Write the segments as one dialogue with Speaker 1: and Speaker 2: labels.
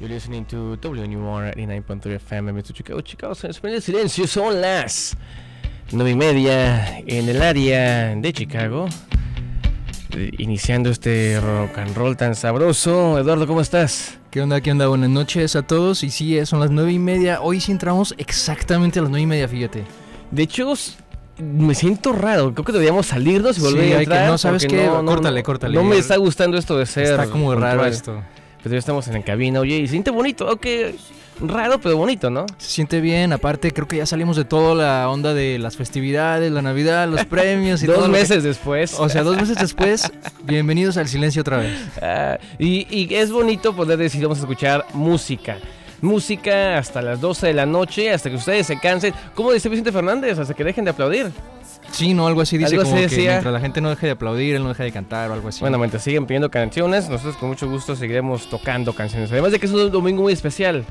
Speaker 1: listening to WNUR 89.3 FM in Chicago. Chicago se desprende el silencio. Son las 9 y media en el área de Chicago. Eh, Iniciando este rock and roll tan sabroso. Eduardo, ¿cómo estás?
Speaker 2: ¿Qué onda? ¿Qué onda? Buenas noches a todos. Y sí, eh, son las nueve y media. Hoy sí entramos exactamente a las nueve y media, fíjate.
Speaker 1: De hecho, s- me siento raro. Creo que deberíamos salirnos y
Speaker 2: Sí,
Speaker 1: volver
Speaker 2: hay
Speaker 1: a
Speaker 2: que-
Speaker 1: entrar.
Speaker 2: no, ¿sabes
Speaker 1: porque
Speaker 2: qué? Córtale, córtale.
Speaker 1: No me está gustando esto de ser.
Speaker 2: Está como raro
Speaker 1: puntual.
Speaker 2: eh. esto.
Speaker 1: Pero ya estamos en la cabina, oye, y se siente bonito, aunque raro, pero bonito, ¿no?
Speaker 2: Se siente bien. Aparte, creo que ya salimos de toda la onda de las festividades, la Navidad, los premios y todo
Speaker 1: Dos
Speaker 2: lo que-
Speaker 1: meses después.
Speaker 2: O sea, dos meses después, bienvenidos al silencio otra vez.
Speaker 1: Ah, y, y es bonito poder decir, vamos a escuchar música. Música hasta las 12 de la noche, hasta que ustedes se cansen. ¿Cómo dice Vicente Fernández? Hasta que dejen de aplaudir.
Speaker 2: Sí, no, algo así dice
Speaker 1: Algo
Speaker 2: como
Speaker 1: así
Speaker 2: que
Speaker 1: decía.
Speaker 2: mientras la gente no deje de aplaudir, él no deja de cantar o algo así.
Speaker 1: Bueno, mientras siguen pidiendo canciones, nosotros con mucho gusto seguiremos tocando canciones. Además de que es un domingo muy especial.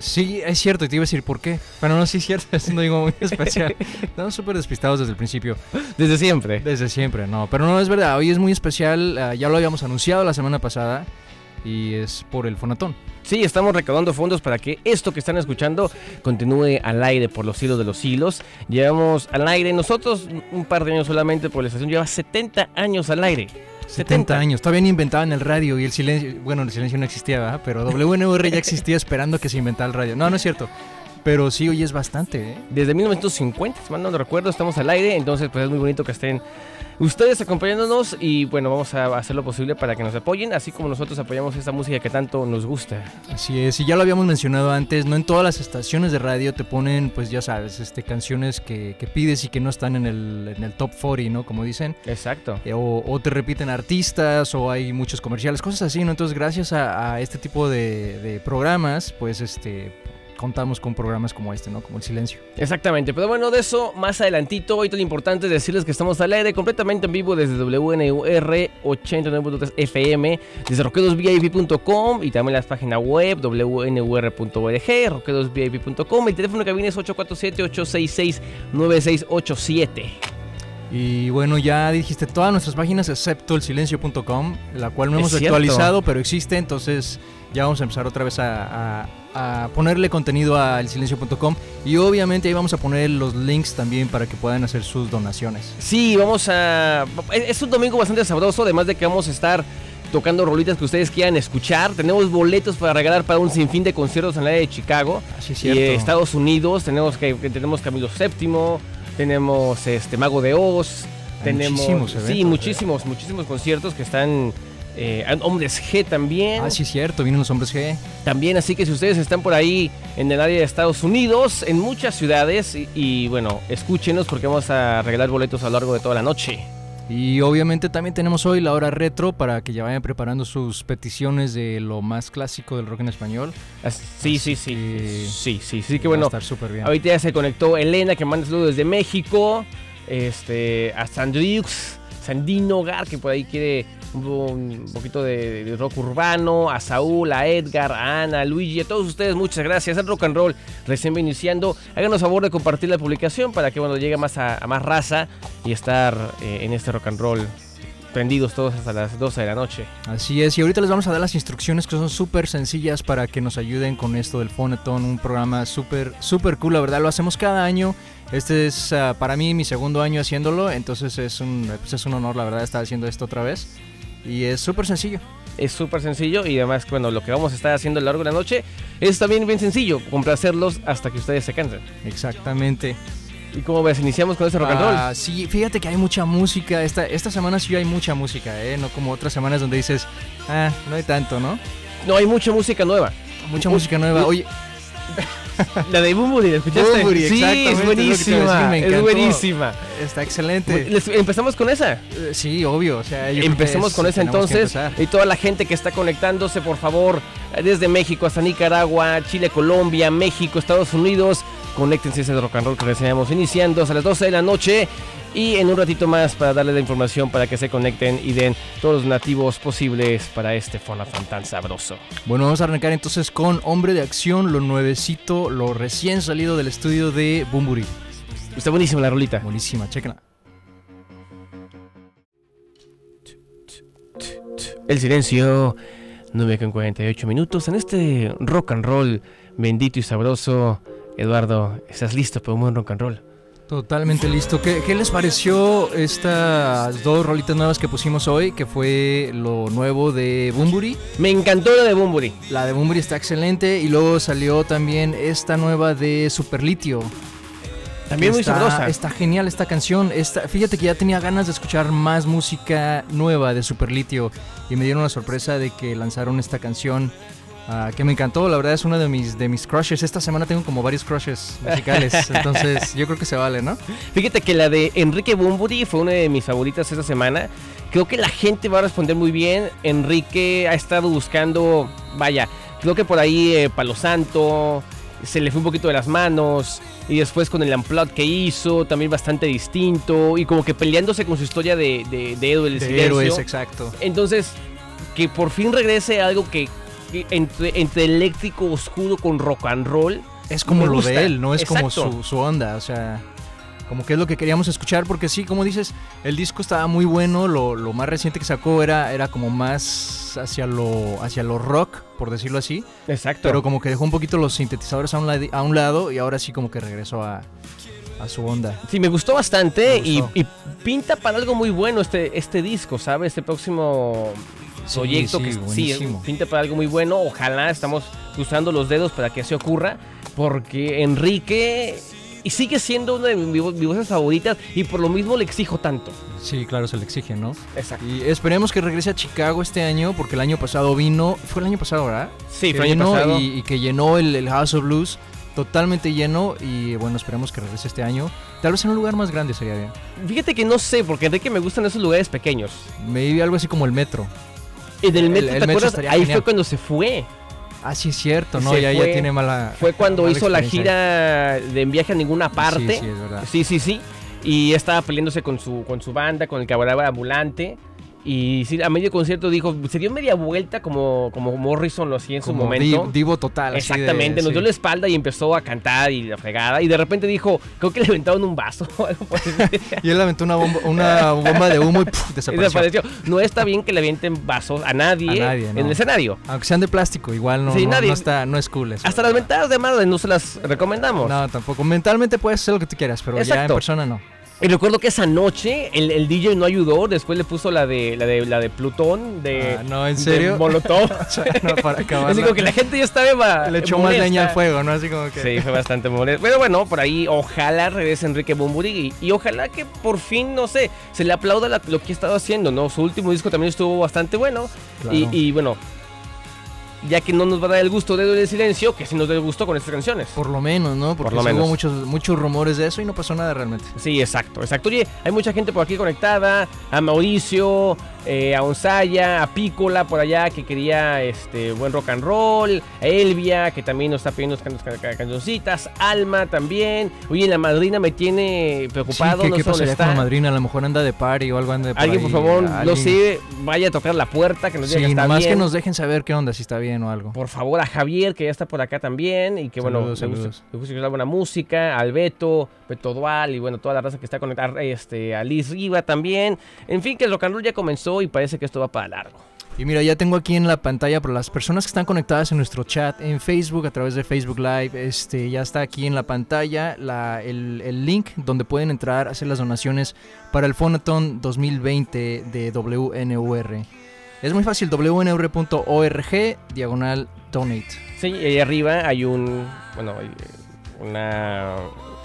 Speaker 2: Sí, es cierto, y te iba a decir por qué. Pero no, sí es cierto, es un domingo muy especial. Estamos súper despistados desde el principio.
Speaker 1: Desde siempre.
Speaker 2: Desde siempre, no. Pero no es verdad, hoy es muy especial. ah, ya lo habíamos anunciado la semana pasada. Y es por el Fonatón.
Speaker 1: Sí, estamos recaudando fondos para que esto que están escuchando continúe al aire por los hilos de los hilos. Llevamos al aire nosotros un par de años solamente por la estación, lleva 70 años al aire.
Speaker 2: 70 años. Todavía ni inventaban el radio y el silencio. Bueno, el silencio no existía, ¿verdad? Pero WNUR ya existía esperando que se inventara el radio. No, no es cierto. Pero sí, hoy es bastante, ¿eh?
Speaker 1: Desde 1950, si mal no lo recuerdo, estamos al aire, entonces pues es muy bonito que estén ustedes acompañándonos y bueno, vamos a hacer lo posible para que nos apoyen, así como nosotros apoyamos esta música que tanto nos gusta.
Speaker 2: Así es, y ya lo habíamos mencionado antes, no en todas las estaciones de radio te ponen, pues ya sabes, este, canciones que, que pides y que no están en el, en el top 40, ¿no? Como dicen.
Speaker 1: Exacto.
Speaker 2: Eh, O, o te repiten artistas, o hay muchos comerciales, cosas así, ¿no? Entonces, gracias a, a este tipo de, de programas, pues este contamos con programas como este, ¿no? Como El Silencio.
Speaker 1: Exactamente, pero bueno, de eso más adelantito. Ahorita lo importante es decirles que estamos al aire completamente en vivo desde WNUR 89.3 FM, desde roquedosvip.com y también las páginas web wnur.org, roquedosvip.com. El teléfono que viene es 847-866-9687.
Speaker 2: Y bueno, ya dijiste todas nuestras páginas excepto elsilencio.com, la cual no
Speaker 1: Es
Speaker 2: hemos
Speaker 1: cierto.
Speaker 2: actualizado, pero existe, entonces ya vamos a empezar otra vez a, a- a ponerle contenido a elsilencio.com y obviamente ahí vamos a poner los links también para que puedan hacer sus donaciones.
Speaker 1: Sí, vamos a. Es es un domingo bastante sabroso, además de que vamos a estar tocando rolitas que ustedes quieran escuchar. Tenemos boletos para regalar para un sinfín de conciertos en la área de Chicago.
Speaker 2: Así Ah, es
Speaker 1: Y eh, Estados Unidos tenemos que que tenemos Camilo VII, tenemos este Mago de Oz,
Speaker 2: Hay
Speaker 1: tenemos
Speaker 2: muchísimos
Speaker 1: sí,
Speaker 2: eventos, ¿eh?
Speaker 1: muchísimos, muchísimos conciertos que están eh, han- Hombres G también,
Speaker 2: Ah, sí, es cierto, vienen los hombres G.
Speaker 1: también así que si ustedes están por ahí en el área de Estados Unidos, en muchas ciudades y, y, bueno, escúchenos porque vamos a regalar boletos a lo largo de toda la noche.
Speaker 2: Y obviamente también tenemos hoy la hora retro para que ya vayan preparando sus peticiones de lo más clásico del rock en español.
Speaker 1: As- Ah, Sí, sí, sí,
Speaker 2: Sí.
Speaker 1: sí, sí, sí que
Speaker 2: Va a
Speaker 1: bueno,
Speaker 2: estar súper bien.
Speaker 1: ahorita ya se conectó Elena que manda saludos desde México, este, a Sandriux, Sandino Gar que por ahí quiere un, un poquito de, de rock urbano, a Saúl, a Edgar, a Ana, a Luigi, a todos ustedes muchas gracias, el rock and roll recién va iniciando, háganos favor de compartir la publicación para que bueno llegue más a, a más raza y estar eh, en este rock and roll prendidos todos hasta las 12 de la noche.
Speaker 2: Así es, y ahorita les vamos a dar las instrucciones que son súper sencillas para que nos ayuden con esto del Fonetón, un programa súper, súper cool, la verdad, lo hacemos cada año. Este es ah, para mí mi segundo año haciéndolo, entonces es un, pues, es un honor, la verdad, estar haciendo esto otra vez. Y es súper sencillo.
Speaker 1: Es súper sencillo y además, bueno, lo que vamos a estar haciendo a lo largo de la noche es también bien sencillo, complacerlos hasta que ustedes se cansen.
Speaker 2: Exactamente.
Speaker 1: ¿Y cómo ves? Iniciamos con ese rock and roll.
Speaker 2: Ah, sí, fíjate que hay mucha música. Esta, esta semana sí hay mucha música, ¿eh? No como otras semanas donde dices, ah, no hay tanto, ¿no?
Speaker 1: No, hay mucha música nueva.
Speaker 2: Mucha
Speaker 1: Uy,
Speaker 2: música
Speaker 1: uy,
Speaker 2: nueva. Oye,
Speaker 1: La de Bumburi, ¿la escuchaste?
Speaker 2: Bunbury,
Speaker 1: sí,
Speaker 2: exactamente,
Speaker 1: es
Speaker 2: es lo que te iba a decir,
Speaker 1: buenísima.
Speaker 2: me
Speaker 1: Es
Speaker 2: encantó.
Speaker 1: buenísima.
Speaker 2: está excelente.
Speaker 1: Les- empezamos con esa.
Speaker 2: Eh, Sí, obvio. O sea, yo creo que
Speaker 1: Empecemos
Speaker 2: es-
Speaker 1: con esa
Speaker 2: tenemos que
Speaker 1: entonces.
Speaker 2: empezar.
Speaker 1: Y toda la gente que está conectándose, por favor, desde México hasta Nicaragua, Chile, Colombia, México, Estados Unidos, conéctense a ese rock and roll que recibimos iniciando a las 12 de la noche. Y en un ratito más para darles la información para que se conecten y den todos los nativos posibles para este Fonafan tan sabroso.
Speaker 2: Bueno, vamos a arrancar entonces con Hombre de Acción, lo nuevecito, lo recién salido del estudio de Bumburi.
Speaker 1: Está buenísima la rolita.
Speaker 2: Buenísima, chéquenla.
Speaker 1: El silencio 9 con 48 minutos en este rock and roll bendito y sabroso. Eduardo, ¿estás listo para un buen rock and roll?
Speaker 2: Totalmente listo. ¿Qué, qué les pareció estas dos rolitas nuevas que pusimos hoy? Que fue lo nuevo de Bumburi.
Speaker 1: Me encantó la de Bumburi.
Speaker 2: La de Bumburi está excelente. Y luego salió también esta nueva de Superlitio.
Speaker 1: También muy
Speaker 2: está,
Speaker 1: sabrosa.
Speaker 2: Está genial esta canción. Esta, fíjate que ya tenía ganas de escuchar más música nueva de Superlitio. Y me dieron la sorpresa de que lanzaron esta canción. ah, que me encantó, la verdad es una de mis, de mis crushes. Esta semana tengo como varios crushes musicales, entonces yo creo que se vale, ¿no?
Speaker 1: Fíjate que la de Enrique Bumburi fue una de mis favoritas esta semana. Creo que la gente va a responder muy bien. Enrique ha estado buscando, vaya, creo que por ahí eh, Palo Santo se le fue un poquito de las manos y después con el unplot que hizo, también bastante distinto y como que peleándose con su historia de, de, de héroe del
Speaker 2: De
Speaker 1: silencio.
Speaker 2: héroes, exacto.
Speaker 1: Entonces, que por fin regrese algo que, que entre, entre eléctrico oscuro con rock and roll.
Speaker 2: Es como
Speaker 1: Me
Speaker 2: lo
Speaker 1: gusta,
Speaker 2: de él, no es
Speaker 1: exacto.
Speaker 2: como su, su onda, o sea, como que es lo que queríamos escuchar, porque sí, como dices, el disco estaba muy bueno, lo, lo más reciente que sacó era, era como más hacia lo, hacia lo rock, por decirlo así,
Speaker 1: Exacto.
Speaker 2: pero como que dejó un poquito los sintetizadores a un, ladi- a un lado y ahora sí como que regresó a, a su onda.
Speaker 1: Sí, me gustó bastante
Speaker 2: Me
Speaker 1: y-
Speaker 2: gustó.
Speaker 1: Y, pinta para algo muy bueno este, este disco, ¿sabes? Este próximo
Speaker 2: Sí,
Speaker 1: proyecto
Speaker 2: sí,
Speaker 1: que
Speaker 2: buenísimo.
Speaker 1: sí, pinta para algo muy bueno. Ojalá estamos cruzando los dedos para que se ocurra, porque Enrique y sigue siendo una de mis, vo- mis voces favoritas y por lo mismo le exijo tanto.
Speaker 2: Sí, claro, se le exige, ¿no?
Speaker 1: Exacto.
Speaker 2: Y esperemos que regrese a Chicago este año, porque el año pasado vino, fue el año pasado, ¿verdad?
Speaker 1: Sí,
Speaker 2: que
Speaker 1: fue el año
Speaker 2: llenó
Speaker 1: pasado.
Speaker 2: Y, y que llenó el, el House of Blues totalmente lleno y bueno, esperemos que regrese este año. Tal vez en un lugar más grande sería bien.
Speaker 1: Fíjate que no sé, porque Enrique me gustan esos lugares pequeños.
Speaker 2: Maybe algo así como el metro.
Speaker 1: En el
Speaker 2: El-
Speaker 1: metro,
Speaker 2: el
Speaker 1: ¿te
Speaker 2: metro
Speaker 1: acuerdas?
Speaker 2: estaría
Speaker 1: Ahí
Speaker 2: genial.
Speaker 1: fue cuando se fue.
Speaker 2: Ah, sí, es cierto, ¿no?
Speaker 1: Se
Speaker 2: Ya, ya
Speaker 1: fue-
Speaker 2: tiene mala...
Speaker 1: Fue cuando
Speaker 2: mala
Speaker 1: hizo la
Speaker 2: experiencia.
Speaker 1: gira de en viaje a ninguna parte.
Speaker 2: Sí, sí, es verdad.
Speaker 1: Sí, sí, sí. Y estaba peleándose con su, con su banda, con el cabalaba ambulante. Y sí, a medio concierto dijo, se dio media vuelta como, como Morrison lo hacía en
Speaker 2: Como
Speaker 1: su momento.
Speaker 2: div- divo total. así de-
Speaker 1: Exactamente, nos
Speaker 2: sí.
Speaker 1: dio la espalda y empezó a cantar y la fregada. Y de repente dijo, creo que le aventaron un vaso o algo por el estilo.
Speaker 2: Y él aventó una bomba, una bomba de humo y puf,
Speaker 1: Y
Speaker 2: desapareció.
Speaker 1: desapareció. No está bien que le avienten vasos a nadie,
Speaker 2: A nadie,
Speaker 1: en
Speaker 2: no.
Speaker 1: el escenario.
Speaker 2: Aunque sean de plástico, igual no,
Speaker 1: Sí,
Speaker 2: no,
Speaker 1: nadie-
Speaker 2: no está, no es cool eso.
Speaker 1: Hasta las ventanas de Marvel no se las recomendamos.
Speaker 2: No, tampoco. Mentalmente puedes hacer lo que tú quieras, pero ya en
Speaker 1: Exacto.
Speaker 2: persona no.
Speaker 1: Y recuerdo que esa noche el, el DJ no ayudó, después le puso la de la de la de Plutón, de,
Speaker 2: Ah, no, ¿en
Speaker 1: de
Speaker 2: serio?
Speaker 1: Molotov.
Speaker 2: O sea, no, para acabar.
Speaker 1: Así como que la gente ya estaba
Speaker 2: Le echó más
Speaker 1: molesta.
Speaker 2: leña al fuego, ¿no? Así como que.
Speaker 1: Sí, fue bastante molesto. Pero bueno, por ahí ojalá regrese Enrique Bumburi y, y ojalá que por fin, no sé, se le aplauda la- lo que ha estado haciendo, ¿no? Su último disco también estuvo bastante bueno.
Speaker 2: Claro.
Speaker 1: Y, y bueno, ya que no nos va a dar el gusto de Héroe del Silencio, que sí nos da el gusto con estas canciones.
Speaker 2: Por lo menos, ¿no? Porque
Speaker 1: lo
Speaker 2: sí
Speaker 1: menos.
Speaker 2: hubo muchos, muchos rumores de eso y no pasó nada realmente.
Speaker 1: Sí, exacto, exacto. Oye, hay mucha gente por aquí conectada, a Mauricio, eh, a Onsaya, a Pícola por allá que quería este buen rock and roll, a Elvia que también nos está pidiendo unas can- can- can- cancioncitas, Alma también. Oye, la madrina me tiene preocupado,
Speaker 2: sí, ¿qué,
Speaker 1: no
Speaker 2: qué
Speaker 1: sé dónde
Speaker 2: pasaría con la
Speaker 1: está.
Speaker 2: madrina? A lo mejor anda de party o algo anda de por
Speaker 1: Alguien, por
Speaker 2: ahí,
Speaker 1: favor, no
Speaker 2: alguien-
Speaker 1: sé, vaya a tocar la puerta, que nos diga
Speaker 2: Sí,
Speaker 1: que está
Speaker 2: nomás
Speaker 1: bien.
Speaker 2: que nos dejen saber qué onda, si está bien o algo.
Speaker 1: Por favor, a Javier, que ya está por acá también. Y que bueno,
Speaker 2: Saludos,
Speaker 1: le gusta-
Speaker 2: saludos.
Speaker 1: le gusta escuchar buena música. Al Beto, Beto Dual y bueno, toda la raza que está conectada. Este, a Liz Riva también. En fin, que el rock and roll ya comenzó y parece que esto va para largo.
Speaker 2: Y mira, ya tengo aquí en la pantalla para las personas que están conectadas en nuestro chat en Facebook a través de Facebook Live, este ya está aquí en la pantalla la- el, el link donde pueden entrar a hacer las donaciones para el Fonatón 2020 de WNUR. Es muy fácil, wnr.org diagonal donate.
Speaker 1: Sí, y ahí arriba hay un. Bueno, hay, eh, una.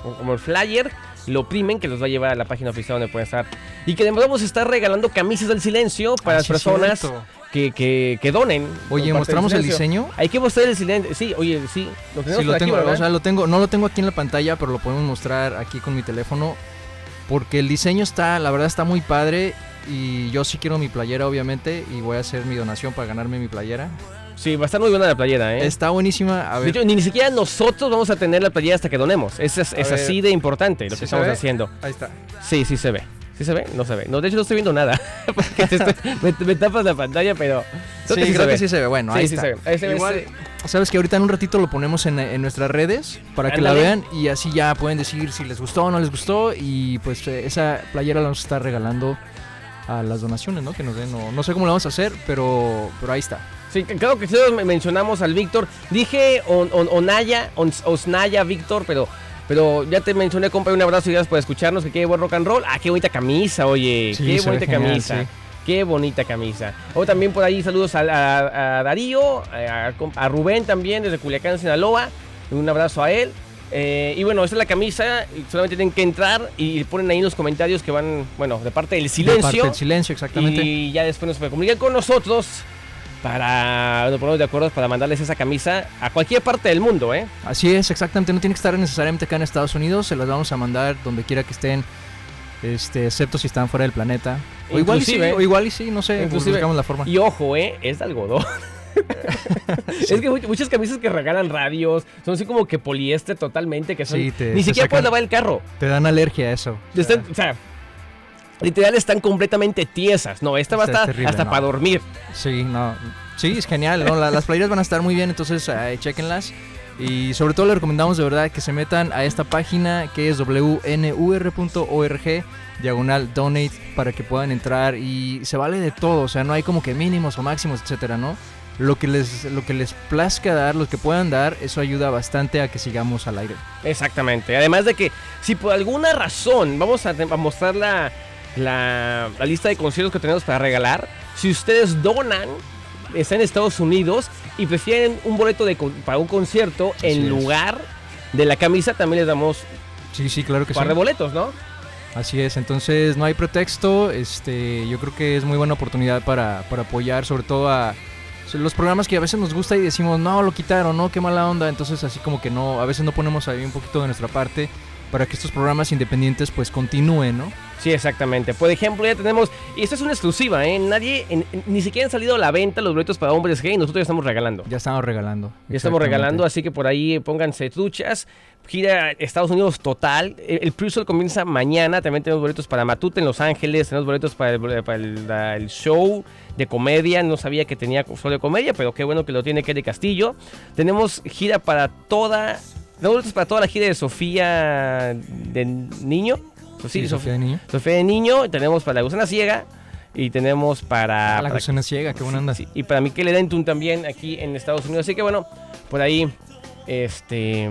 Speaker 1: un- como el flyer. Lo oprimen que los va a llevar a la página oficial donde pueden estar. Y que además vamos a estar regalando camisas del silencio para
Speaker 2: Ah,
Speaker 1: las
Speaker 2: sí,
Speaker 1: personas
Speaker 2: cierto.
Speaker 1: que, que, que donen. por
Speaker 2: Oye,
Speaker 1: parte del
Speaker 2: ¿mostramos el
Speaker 1: silencio.
Speaker 2: diseño?
Speaker 1: Hay que mostrar el silencio. Sí, oye, sí. Lo tenemos
Speaker 2: Sí, lo
Speaker 1: por aquí,
Speaker 2: tengo,
Speaker 1: ¿verdad?
Speaker 2: o sea, lo tengo, no lo tengo aquí en la pantalla, pero lo podemos mostrar aquí con mi teléfono. Porque el diseño está, la verdad está muy padre. Y yo sí quiero mi playera, obviamente. Y voy a hacer mi donación para ganarme mi playera.
Speaker 1: Sí, va a estar muy buena la playera, ¿eh?
Speaker 2: Está buenísima. A
Speaker 1: de
Speaker 2: ver,
Speaker 1: hecho, ni, ni siquiera nosotros vamos a tener la playera hasta que donemos. Es, es,
Speaker 2: A
Speaker 1: es
Speaker 2: ver.
Speaker 1: así de importante lo
Speaker 2: ¿Sí
Speaker 1: que
Speaker 2: se
Speaker 1: estamos
Speaker 2: ve?
Speaker 1: haciendo.
Speaker 2: ahí está.
Speaker 1: Sí, sí se ve. ¿Sí se ve? No se ve. No, de hecho, no estoy viendo nada. Porque te estoy- me, me tapas la pantalla, pero.
Speaker 2: Sí, creo que sí se ve. Bueno,
Speaker 1: Sí,
Speaker 2: ahí
Speaker 1: sí
Speaker 2: está.
Speaker 1: se ve. Ahí se ve,
Speaker 2: Igual,
Speaker 1: sí.
Speaker 2: sabes que ahorita en un ratito lo ponemos en, en nuestras redes para que la
Speaker 1: Ándale.
Speaker 2: vean y así ya pueden decir si les gustó o no les gustó. Y pues eh, esa playera la vamos a estar regalando a las donaciones, ¿no? Que nos den. o- no sé cómo la vamos a hacer, pero, pero ahí está.
Speaker 1: Sí, c- claro que sí los men- mencionamos al Víctor. Dije on- on- Onaya, on- Osnaya Víctor, pero, pero ya te mencioné, compa, un abrazo y gracias por escucharnos, que qué buen rock and roll. Ah, qué bonita camisa, oye,
Speaker 2: Sí,
Speaker 1: qué
Speaker 2: se ve
Speaker 1: bonita
Speaker 2: genial,
Speaker 1: camisa.
Speaker 2: sí.
Speaker 1: Qué bonita camisa. O también por ahí saludos a, a- a Darío, eh, a, a- a Rubén también desde Culiacán, Sinaloa. Un abrazo a él. Eh, y bueno, esa es la camisa. y Solamente tienen que entrar y ponen ahí en los comentarios que van, bueno, de parte del silencio.
Speaker 2: Aparte del silencio, exactamente.
Speaker 1: Y ya después nos comunican con nosotros para nos ponemos de acuerdo para mandarles esa camisa a cualquier parte del mundo, ¿eh?
Speaker 2: Así es, exactamente. No tiene que estar necesariamente acá en Estados Unidos. Se las vamos a mandar donde quiera que estén. Este, excepto si están fuera del planeta. O igual y sí,
Speaker 1: Inclusive-
Speaker 2: o igual y sí, no sé,
Speaker 1: Inclusive-
Speaker 2: buscamos la forma.
Speaker 1: Y ojo, ¿eh? Es de algodón. Es que much- muchas camisas que regalan radios son así como que poliéster totalmente, que son...
Speaker 2: Sí, te-
Speaker 1: ni
Speaker 2: te
Speaker 1: siquiera
Speaker 2: sacan-
Speaker 1: puedes lavar el carro.
Speaker 2: Te dan alergia a eso.
Speaker 1: Están- o sea, literal están completamente tiesas. No, esta va a
Speaker 2: Está
Speaker 1: estar
Speaker 2: terrible,
Speaker 1: hasta
Speaker 2: no.
Speaker 1: para dormir.
Speaker 2: Sí, no. Sí, es genial. ¿no? La- las playeras van a estar muy bien, entonces eh, chequenlas. Y sobre todo les recomendamos de verdad que se metan a esta página que es wnur.org diagonal donate para que puedan entrar y se vale de todo, o sea, no hay como que mínimos o máximos, etcétera, ¿no? Lo que les lo que les plazca dar, lo que puedan dar, eso ayuda bastante a que sigamos al aire.
Speaker 1: Exactamente. Además de que si por alguna razón vamos a, te- a mostrar la, la- la lista de conciertos que tenemos para regalar, si ustedes donan, están en Estados Unidos y prefieren un boleto de, con- para un concierto
Speaker 2: Así
Speaker 1: en
Speaker 2: es.
Speaker 1: lugar de la camisa, también les damos
Speaker 2: Sí, sí, claro que
Speaker 1: un par de boletos, ¿no?
Speaker 2: Así es, entonces no hay pretexto, este, yo creo que es muy buena oportunidad para, para apoyar sobre todo a los programas que a veces nos gusta y decimos, no, lo quitaron, no, qué mala onda, entonces así como que no, a veces no ponemos ahí un poquito de nuestra parte para que estos programas independientes pues continúen, ¿no?
Speaker 1: Sí, exactamente. Por ejemplo, ya tenemos, y esta es una exclusiva, ¿eh? Nadie, en- en- ni siquiera han salido a la venta los boletos para hombres gay, nosotros ya estamos regalando.
Speaker 2: Ya estamos regalando.
Speaker 1: Ya estamos
Speaker 2: exactamente.
Speaker 1: regalando, así que por ahí pónganse truchas. Gira Estados Unidos total. El, el pre-sol comienza mañana. También tenemos boletos para Matute en Los Ángeles. Tenemos boletos para el, para el- la- el show de comedia. No sabía que tenía solo de comedia, pero qué bueno que lo tiene Kelly Castillo. Tenemos gira para toda. Tenemos boletos para toda la gira de Sofía de Niño. Pues
Speaker 2: Sí,
Speaker 1: sí, Sof-
Speaker 2: Sofía de Niño.
Speaker 1: Sofía de Niño. Tenemos para La Gusana Ciega. Y tenemos para.
Speaker 2: Ah, la
Speaker 1: para-
Speaker 2: persona ciega, qué buena onda.
Speaker 1: Sí, y para mí que le den Tun también aquí en Estados Unidos. Así que bueno, por ahí, este...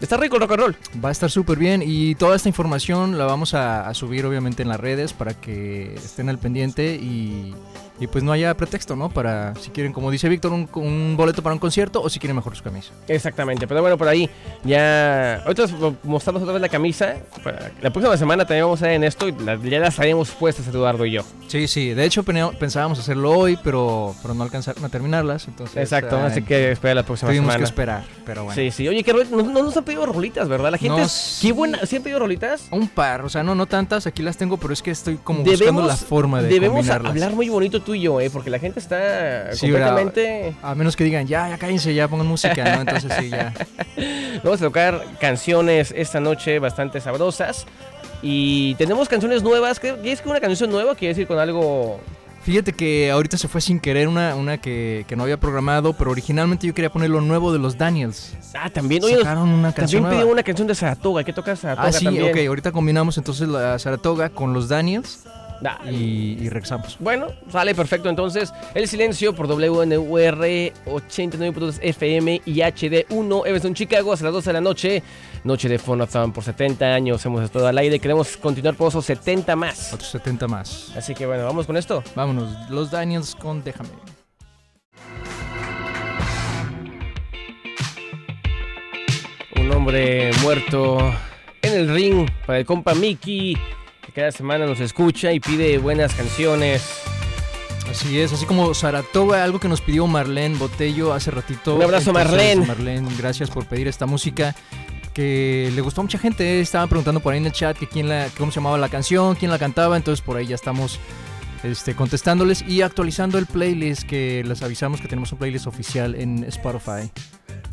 Speaker 1: Está rico el rock and roll.
Speaker 2: Va a estar súper bien y toda esta información la vamos a, a subir obviamente en las redes para que estén al pendiente y, y, pues no haya pretexto, ¿no? Para si quieren, como dice Víctor, un, un boleto para un concierto o si quieren mejor su camisa.
Speaker 1: Exactamente, pero bueno, por ahí ya... Ahorita os mostramos otra vez la camisa. Para- La próxima semana también vamos a ir en esto y la- ya las habíamos puestas Eduardo y yo.
Speaker 2: Sí, sí, de hecho peneo- pensábamos hacerlo hoy, pero, pero no alcanzaron a terminarlas, entonces...
Speaker 1: Exacto,
Speaker 2: ah,
Speaker 1: así que espera la próxima
Speaker 2: Tuvimos que
Speaker 1: semana.
Speaker 2: esperar, pero bueno.
Speaker 1: Sí, sí. Oye, que no, no nos han pedido rolitas, ¿verdad? La gente...
Speaker 2: No,
Speaker 1: es- Qué
Speaker 2: sí.
Speaker 1: buena... ¿Sí han pedido rolitas?
Speaker 2: Un par, o sea, no, no tantas, aquí las tengo, pero es que estoy como buscando
Speaker 1: Debemos-
Speaker 2: la forma de
Speaker 1: Debemos a-
Speaker 2: combinarlas.
Speaker 1: hablar muy bonito tú y yo, ¿eh? Porque la gente está
Speaker 2: Sí, ¿verdad?
Speaker 1: completamente...
Speaker 2: A menos que digan, ya, ya cállense, ya pongan música, ¿no? Entonces sí, ya.
Speaker 1: Vamos a tocar canciones esta noche bastante sabrosas. Y tenemos canciones nuevas. ¿Qué- ¿Quieres con una canción nueva? ¿Quieres ir con algo?
Speaker 2: Fíjate que ahorita se fue sin querer una, una que, que no había programado, pero originalmente yo quería poner lo nuevo de los Daniels.
Speaker 1: Ah, también. Oye, nos-
Speaker 2: Sacaron una
Speaker 1: también
Speaker 2: canción
Speaker 1: pedí
Speaker 2: nueva.
Speaker 1: una canción de Saratoga. ¿Qué toca Saratoga
Speaker 2: Ah, sí,
Speaker 1: también?
Speaker 2: ok, ahorita combinamos entonces la Saratoga con los Daniels
Speaker 1: Da-
Speaker 2: y, y regresamos.
Speaker 1: Bueno, sale perfecto entonces. El silencio por WNUR 89.2 FM y HD1 Evanston, Chicago, hasta las 12 de la noche. Noche de Fonotown por 70 años. Hemos estado al aire. Queremos continuar por esos 70 más.
Speaker 2: Otros 70 más.
Speaker 1: Así que bueno, vamos con esto.
Speaker 2: Vámonos, los Daniels con Déjame.
Speaker 1: Un hombre muerto en el ring para el compa Mickey, que cada semana nos escucha y pide buenas canciones.
Speaker 2: Así es, así como Saratoga, algo que nos pidió Marlene Botello hace ratito.
Speaker 1: Un abrazo, Marlene.
Speaker 2: Marlene. Marlene, gracias por pedir esta música que le gustó a mucha gente. eh. Estaban preguntando por ahí en el chat que quién la, que cómo se llamaba la canción, quién la cantaba. Entonces por ahí ya estamos este, contestándoles y actualizando el playlist que les avisamos que tenemos un playlist oficial en Spotify.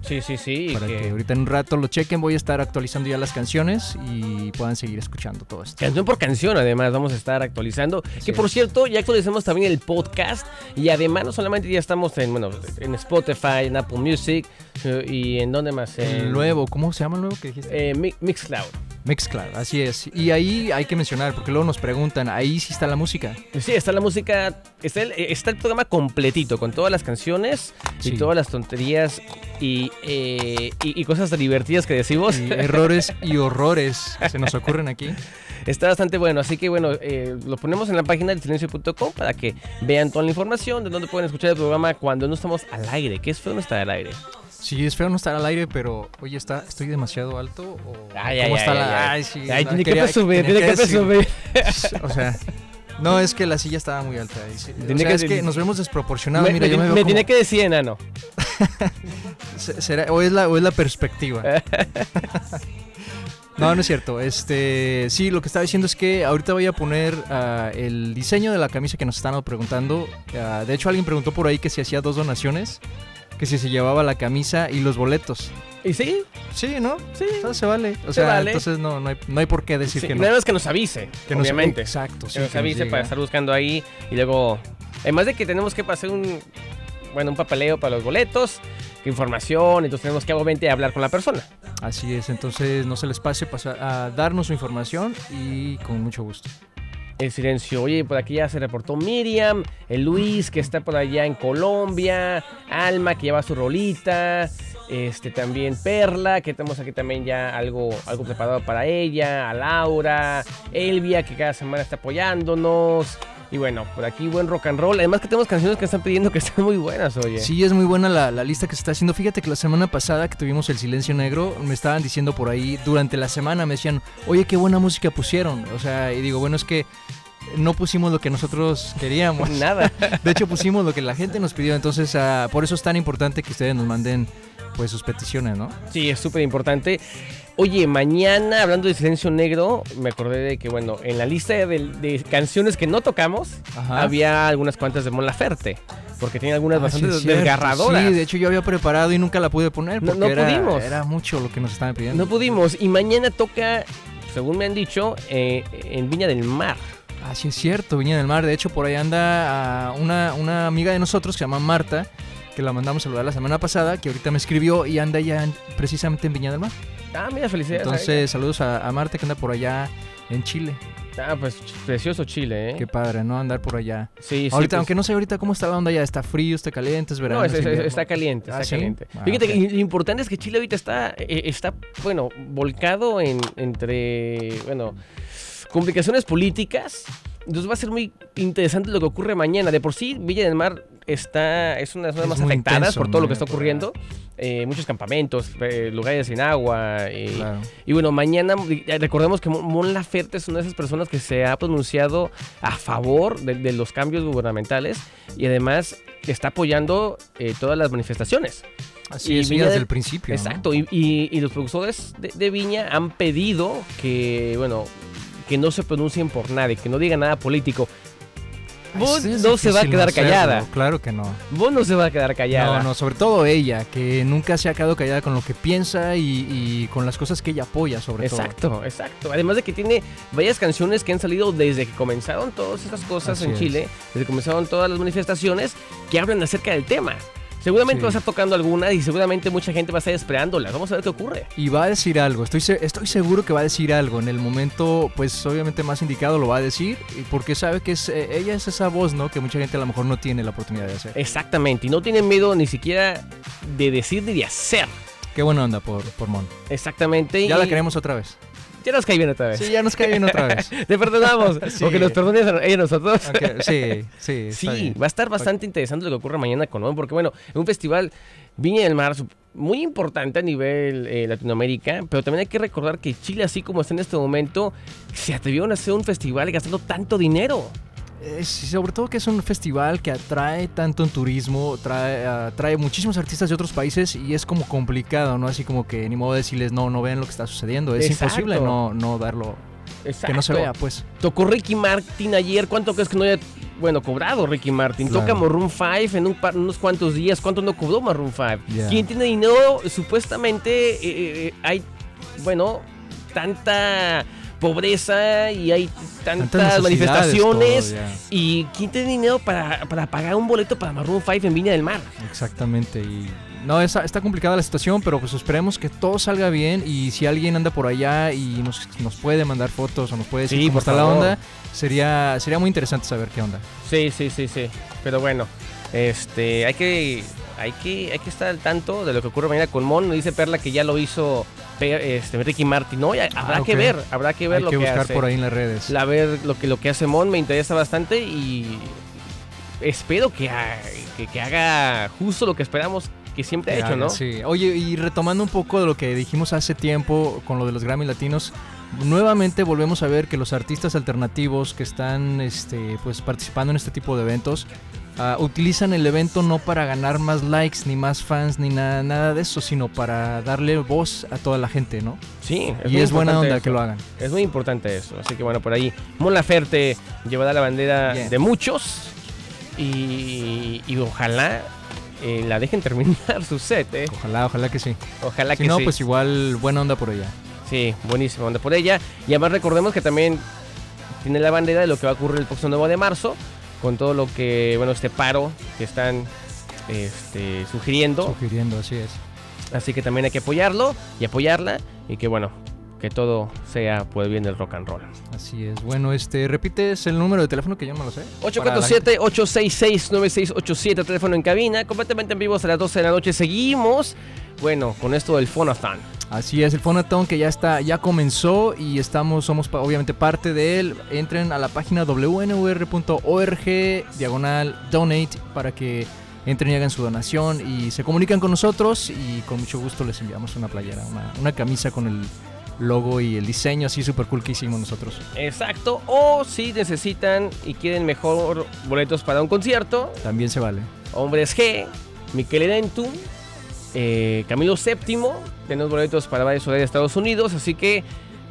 Speaker 1: Sí, sí, sí. y
Speaker 2: para que...
Speaker 1: que-
Speaker 2: ahorita en un rato lo chequen. Voy a estar actualizando ya las canciones y puedan seguir escuchando todo esto.
Speaker 1: Canción por canción, además, vamos a estar actualizando.
Speaker 2: Así
Speaker 1: que por
Speaker 2: es.
Speaker 1: cierto, ya actualizamos también el podcast. Y además, no solamente ya estamos en, bueno, en Spotify, en Apple Music eh, y en dónde más.
Speaker 2: El
Speaker 1: En-
Speaker 2: nuevo, ¿cómo se llama el nuevo que dijiste?
Speaker 1: eh, Mi- Mixcloud.
Speaker 2: Mixcloud, así es. Y ahí hay que mencionar, porque luego nos preguntan, ahí sí está la música.
Speaker 1: Sí, está la música, está el, está el programa completito, con todas las canciones
Speaker 2: Sí.
Speaker 1: y todas las tonterías y, eh, y- y cosas divertidas que decimos.
Speaker 2: Y errores y horrores se nos ocurren aquí.
Speaker 1: Está bastante bueno, así que bueno, eh, lo ponemos en la página del silencio.com para que vean toda la información de dónde pueden escuchar el programa cuando no estamos al aire, que es feo no estar al aire.
Speaker 2: Sí, es feo no estar al aire, pero oye, está, ¿estoy demasiado alto? ¿O
Speaker 1: Ay,
Speaker 2: cómo
Speaker 1: ay,
Speaker 2: está
Speaker 1: ay,
Speaker 2: la.?
Speaker 1: ay,
Speaker 2: sí,
Speaker 1: Ay,
Speaker 2: la-
Speaker 1: tiene
Speaker 2: quería-
Speaker 1: que subir, tiene
Speaker 2: tenía
Speaker 1: que
Speaker 2: decir-
Speaker 1: subir.
Speaker 2: O sea, no, es que la silla estaba muy alta. y sí, o
Speaker 1: Tenía
Speaker 2: sea,
Speaker 1: que
Speaker 2: es que
Speaker 1: decir-
Speaker 2: nos vemos desproporcionados.
Speaker 1: me
Speaker 2: Mira,
Speaker 1: me-
Speaker 2: yo me veo
Speaker 1: me
Speaker 2: como-
Speaker 1: tiene que decir enano.
Speaker 2: se- será- o, es la, o es la perspectiva. No, no es cierto. Este, sí, lo que estaba diciendo es que ahorita voy a poner ah, el diseño de la camisa que nos están preguntando. Ah, de hecho, alguien preguntó por ahí que si hacía dos donaciones, que si se llevaba la camisa y los boletos.
Speaker 1: ¿Y sí?
Speaker 2: Sí, ¿no?
Speaker 1: Sí.
Speaker 2: Entonces se vale. O
Speaker 1: Se
Speaker 2: sea,
Speaker 1: vale.
Speaker 2: entonces no, no, hay, no hay por qué decir
Speaker 1: Sí,
Speaker 2: que no.
Speaker 1: Nada más que nos avise,
Speaker 2: Que nos-
Speaker 1: obviamente.
Speaker 2: Exacto. sí,
Speaker 1: que nos
Speaker 2: que nos
Speaker 1: avise
Speaker 2: llegue.
Speaker 1: para estar buscando ahí y luego además de que tenemos que pasar un bueno un papeleo para los boletos que información entonces tenemos que obviamente hablar con la persona
Speaker 2: Así es, entonces no se les pase pasar a darnos su información y con mucho gusto.
Speaker 1: el silencio oye por aquí ya se reportó Miriam el Luis que está por allá en Colombia Alma que lleva su rolita este también Perla que tenemos aquí también ya algo algo preparado para ella a Laura Elvia que cada semana está apoyándonos y bueno, por aquí buen rock and roll. Además que tenemos canciones que están pidiendo que están muy buenas, oye.
Speaker 2: Sí, es muy buena la, la lista que se está haciendo. Fíjate que la semana pasada que tuvimos el silencio negro, me estaban diciendo por ahí, durante la semana me decían, oye, qué buena música pusieron. O sea, y digo, bueno, es que no pusimos lo que nosotros queríamos.
Speaker 1: Nada.
Speaker 2: De hecho, pusimos lo que la gente nos pidió. Entonces, ah, por eso es tan importante que ustedes nos manden pues sus peticiones, ¿no?
Speaker 1: Sí, es súper importante. Oye, mañana, hablando de Silencio Negro, me acordé de que, bueno, en la lista de, de canciones que no tocamos,
Speaker 2: Ajá.
Speaker 1: había algunas cuantas de Mon Laferte, porque tiene algunas
Speaker 2: Ah,
Speaker 1: bastante
Speaker 2: sí, es cierto.
Speaker 1: desgarradoras.
Speaker 2: Sí, de hecho yo había preparado y nunca la pude poner
Speaker 1: No-
Speaker 2: porque
Speaker 1: no
Speaker 2: era,
Speaker 1: pudimos.
Speaker 2: era mucho lo que nos estaban pidiendo.
Speaker 1: No pudimos. Y mañana toca, según me han dicho, eh, en Viña del Mar.
Speaker 2: Así es cierto, Viña del Mar. De hecho, por ahí anda ah, una, una amiga de nosotros que se llama Marta, que la mandamos a saludar la semana pasada, que ahorita me escribió y anda ya en- precisamente en Viña del Mar.
Speaker 1: Ah, mira, felicidades.
Speaker 2: Entonces, saludos a, a Marta que anda por allá en Chile.
Speaker 1: Ah, pues ch- precioso Chile, ¿eh?
Speaker 2: Qué padre, ¿no? Andar por allá.
Speaker 1: Sí, sí.
Speaker 2: ahorita,
Speaker 1: pues-
Speaker 2: aunque no sé ahorita cómo está la onda ya, está frío, está caliente, es verano.
Speaker 1: No, es- es-
Speaker 2: invierno.
Speaker 1: está caliente,
Speaker 2: Ah,
Speaker 1: está
Speaker 2: ¿sí?
Speaker 1: caliente.
Speaker 2: Ah,
Speaker 1: Fíjate
Speaker 2: ok.
Speaker 1: que lo importante es que Chile ahorita está, eh, está bueno, volcado en, entre, bueno, complicaciones políticas. Entonces va a ser muy interesante lo que ocurre mañana. De por sí, Villa del Mar está, es una de las zonas
Speaker 2: Es
Speaker 1: más
Speaker 2: muy
Speaker 1: afectadas
Speaker 2: intenso,
Speaker 1: por todo lo
Speaker 2: ¿no?
Speaker 1: que está ocurriendo. Eh, muchos campamentos, eh, lugares sin agua. eh,
Speaker 2: Claro.
Speaker 1: y bueno, mañana eh, recordemos que Mon- Mon Laferte es una de esas personas que se ha pronunciado a favor de, de los cambios gubernamentales y además está apoyando eh, todas las manifestaciones.
Speaker 2: Así
Speaker 1: y
Speaker 2: es,
Speaker 1: Viña
Speaker 2: mira, desde
Speaker 1: del-
Speaker 2: el principio. ¿no?
Speaker 1: Exacto. Y, y- y los productores de, de Viña han pedido que, bueno, que no se pronuncien por nadie, que no digan nada político.
Speaker 2: Ay,
Speaker 1: Vos
Speaker 2: sí, es
Speaker 1: no se va a
Speaker 2: difícil
Speaker 1: quedar
Speaker 2: hacerlo,
Speaker 1: callada.
Speaker 2: Claro que no.
Speaker 1: Vos no se va a quedar callada.
Speaker 2: No, no, sobre todo ella, que nunca se ha quedado callada con lo que piensa y, y con las cosas que ella apoya, sobre
Speaker 1: Exacto, exacto. Además de que tiene varias canciones que han salido desde que comenzaron todas estas cosas
Speaker 2: Así
Speaker 1: en
Speaker 2: es.
Speaker 1: Chile, desde que comenzaron todas las manifestaciones que hablan acerca del tema. Seguramente
Speaker 2: Sí.
Speaker 1: vas a estar tocando algunas y seguramente mucha gente va a estar esperándolas. Vamos a ver qué ocurre.
Speaker 2: todo. Y va a decir algo, estoy, se- estoy seguro que va a decir algo. En el momento, pues obviamente más indicado lo va a decir, y porque sabe que es, eh, ella es esa voz, ¿no? Que mucha gente a lo mejor no tiene la oportunidad de hacer.
Speaker 1: Exactamente, y no tienen miedo ni siquiera de decir ni de hacer.
Speaker 2: Qué buena onda por, por Mon.
Speaker 1: Exactamente.
Speaker 2: Ya
Speaker 1: y-
Speaker 2: la queremos otra vez.
Speaker 1: Ya nos cae bien otra vez.
Speaker 2: Sí, ya nos cae bien otra vez.
Speaker 1: Te perdonamos.
Speaker 2: Sí.
Speaker 1: O que nos perdones a ella a nosotros.
Speaker 2: Aunque- sí, sí. está
Speaker 1: Sí,
Speaker 2: bien.
Speaker 1: va a estar bastante interesante lo que ocurra mañana con ON, porque bueno, es un festival Viña del Mar sup- muy importante a nivel eh, Latinoamérica, pero también hay que recordar que Chile, así como está en este momento, se atrevieron a hacer un festival gastando tanto dinero.
Speaker 2: Eh, sí, sobre todo que es un festival que atrae tanto en turismo, trae, ah, trae muchísimos artistas de otros países y es como complicado, ¿no? Así como que ni modo de decirles, no, no vean lo que está sucediendo. Es
Speaker 1: Exacto.
Speaker 2: imposible no, no darlo,
Speaker 1: Exacto.
Speaker 2: que no se vea, pues.
Speaker 1: Tocó Ricky Martin ayer, ¿cuánto crees que no haya, bueno, cobrado Ricky Martin?
Speaker 2: Claro.
Speaker 1: Toca Maroon 5 en un par- unos cuantos días, ¿cuánto no cobró Maroon 5?
Speaker 2: Ya.
Speaker 1: Quien tiene dinero, supuestamente eh, eh, eh, hay, bueno, tanta pobreza y hay tantas
Speaker 2: necesidades,
Speaker 1: manifestaciones.
Speaker 2: todo,
Speaker 1: ¿Y quién tiene dinero para, para pagar un boleto para Maroon 5 en Viña del Mar?
Speaker 2: ya. Exactamente, y No, está, está complicada la situación, pero pues esperemos que todo salga bien y si alguien anda por allá y nos, nos puede mandar fotos o nos puede decir
Speaker 1: Sí,
Speaker 2: cómo
Speaker 1: por
Speaker 2: está la
Speaker 1: favor.
Speaker 2: onda, sería, sería muy interesante saber qué onda.
Speaker 1: Sí, sí, sí, sí. Pero bueno, este, hay que, hay que, hay que estar al tanto de lo que ocurre mañana con Mon. Dice Perla que ya lo hizo Pe- este, Ricky Martin. No, ya- habrá
Speaker 2: Ah, ok.
Speaker 1: que ver, habrá que ver
Speaker 2: Hay
Speaker 1: lo
Speaker 2: que
Speaker 1: que,
Speaker 2: buscar
Speaker 1: hace.
Speaker 2: por ahí en las redes.
Speaker 1: La ver lo que lo que hace Mon me interesa bastante y espero que, ha- que, que haga justo lo que esperamos que siempre ha
Speaker 2: Que
Speaker 1: hecho,
Speaker 2: haga,
Speaker 1: ¿no?
Speaker 2: Sí. Oye, y retomando un poco de lo que dijimos hace tiempo con lo de los Grammy Latinos, nuevamente volvemos a ver que los artistas alternativos que están este, pues, participando en este tipo de eventos ah, utilizan el evento no para ganar más likes, ni más fans, ni nada, nada de eso, sino para darle voz a toda la gente, ¿no?
Speaker 1: Sí,
Speaker 2: y
Speaker 1: muy
Speaker 2: es buena
Speaker 1: importante
Speaker 2: onda
Speaker 1: eso.
Speaker 2: que lo hagan.
Speaker 1: Es muy importante eso. Así que bueno, por ahí Mon Laferte llevará la bandera
Speaker 2: Bien.
Speaker 1: de muchos y, y ojalá eh, la dejen terminar su set, ¿eh?
Speaker 2: Ojalá, ojalá que sí.
Speaker 1: Ojalá
Speaker 2: Si
Speaker 1: que
Speaker 2: no,
Speaker 1: sí.
Speaker 2: pues igual buena onda por allá.
Speaker 1: Sí, buenísima onda por ella. Y además recordemos que también tiene la bandera de lo que va a ocurrir el próximo 9 de marzo con todo lo que, bueno, este paro que están este, sugiriendo.
Speaker 2: Sugiriendo, así es.
Speaker 1: Así que también hay que apoyarlo y apoyarla y que bueno, que todo sea por el bien del rock and roll.
Speaker 2: Así es. Bueno, este, repites el número de teléfono que yo no lo sé. Para la-
Speaker 1: 847-866-9687, teléfono en cabina, completamente en vivo hasta las 12 de la noche. Seguimos, bueno, con esto del Fonathon.
Speaker 2: Así es, el Fonatón que ya está, ya comenzó y estamos, somos pa- obviamente parte de él. Entren a la página wnur.org diagonal donate para que entren y hagan su donación y se comunican con nosotros y con mucho gusto les enviamos una playera, una, una camisa con el logo y el diseño así super cool que hicimos nosotros.
Speaker 1: Exacto, o si necesitan y quieren mejor boletos para un concierto,
Speaker 2: También se vale.
Speaker 1: Hombres G, Miquel Erentum, eh, Camilo VII, tenemos boletos para varios horarios de Estados Unidos, así que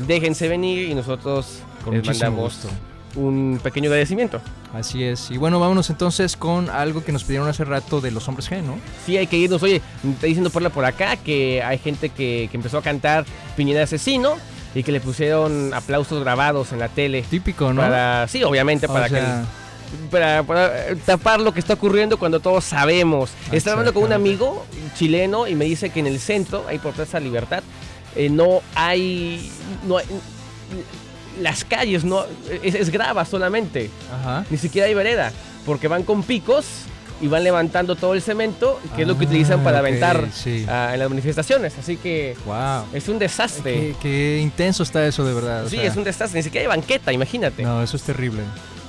Speaker 1: déjense venir y nosotros
Speaker 2: Con
Speaker 1: les
Speaker 2: muchísimo
Speaker 1: mandamos
Speaker 2: gusto.
Speaker 1: un pequeño agradecimiento.
Speaker 2: Así es. Y bueno, vámonos entonces con algo que nos pidieron hace rato de los hombres G, ¿no?
Speaker 1: Sí, hay que irnos. Oye, me está diciendo Perla por acá que hay gente que, que empezó a cantar Piñera Asesino y que le pusieron aplausos grabados en la tele.
Speaker 2: Típico, ¿no?
Speaker 1: Para, sí, obviamente,
Speaker 2: O
Speaker 1: para
Speaker 2: sea,
Speaker 1: que para, para, eh, tapar lo que está ocurriendo cuando todos sabemos. Estaba hablando con un
Speaker 2: Ah, Exactamente.
Speaker 1: amigo chileno y me dice que en el centro, ahí por Plaza Libertad, eh, no hay. No hay- las calles no es- es grava solamente
Speaker 2: Ajá.
Speaker 1: ni siquiera hay vereda, porque van con picos y van levantando todo el cemento, que es lo que
Speaker 2: Ah,
Speaker 1: utilizan para
Speaker 2: ok,
Speaker 1: aventar
Speaker 2: sí.
Speaker 1: ah, en las manifestaciones. Así que
Speaker 2: Wow.
Speaker 1: es un desastre.
Speaker 2: Qué, qué intenso está eso de verdad. o
Speaker 1: Sí,
Speaker 2: sea,
Speaker 1: es un desastre, ni siquiera hay banqueta, imagínate.
Speaker 2: No, eso es terrible.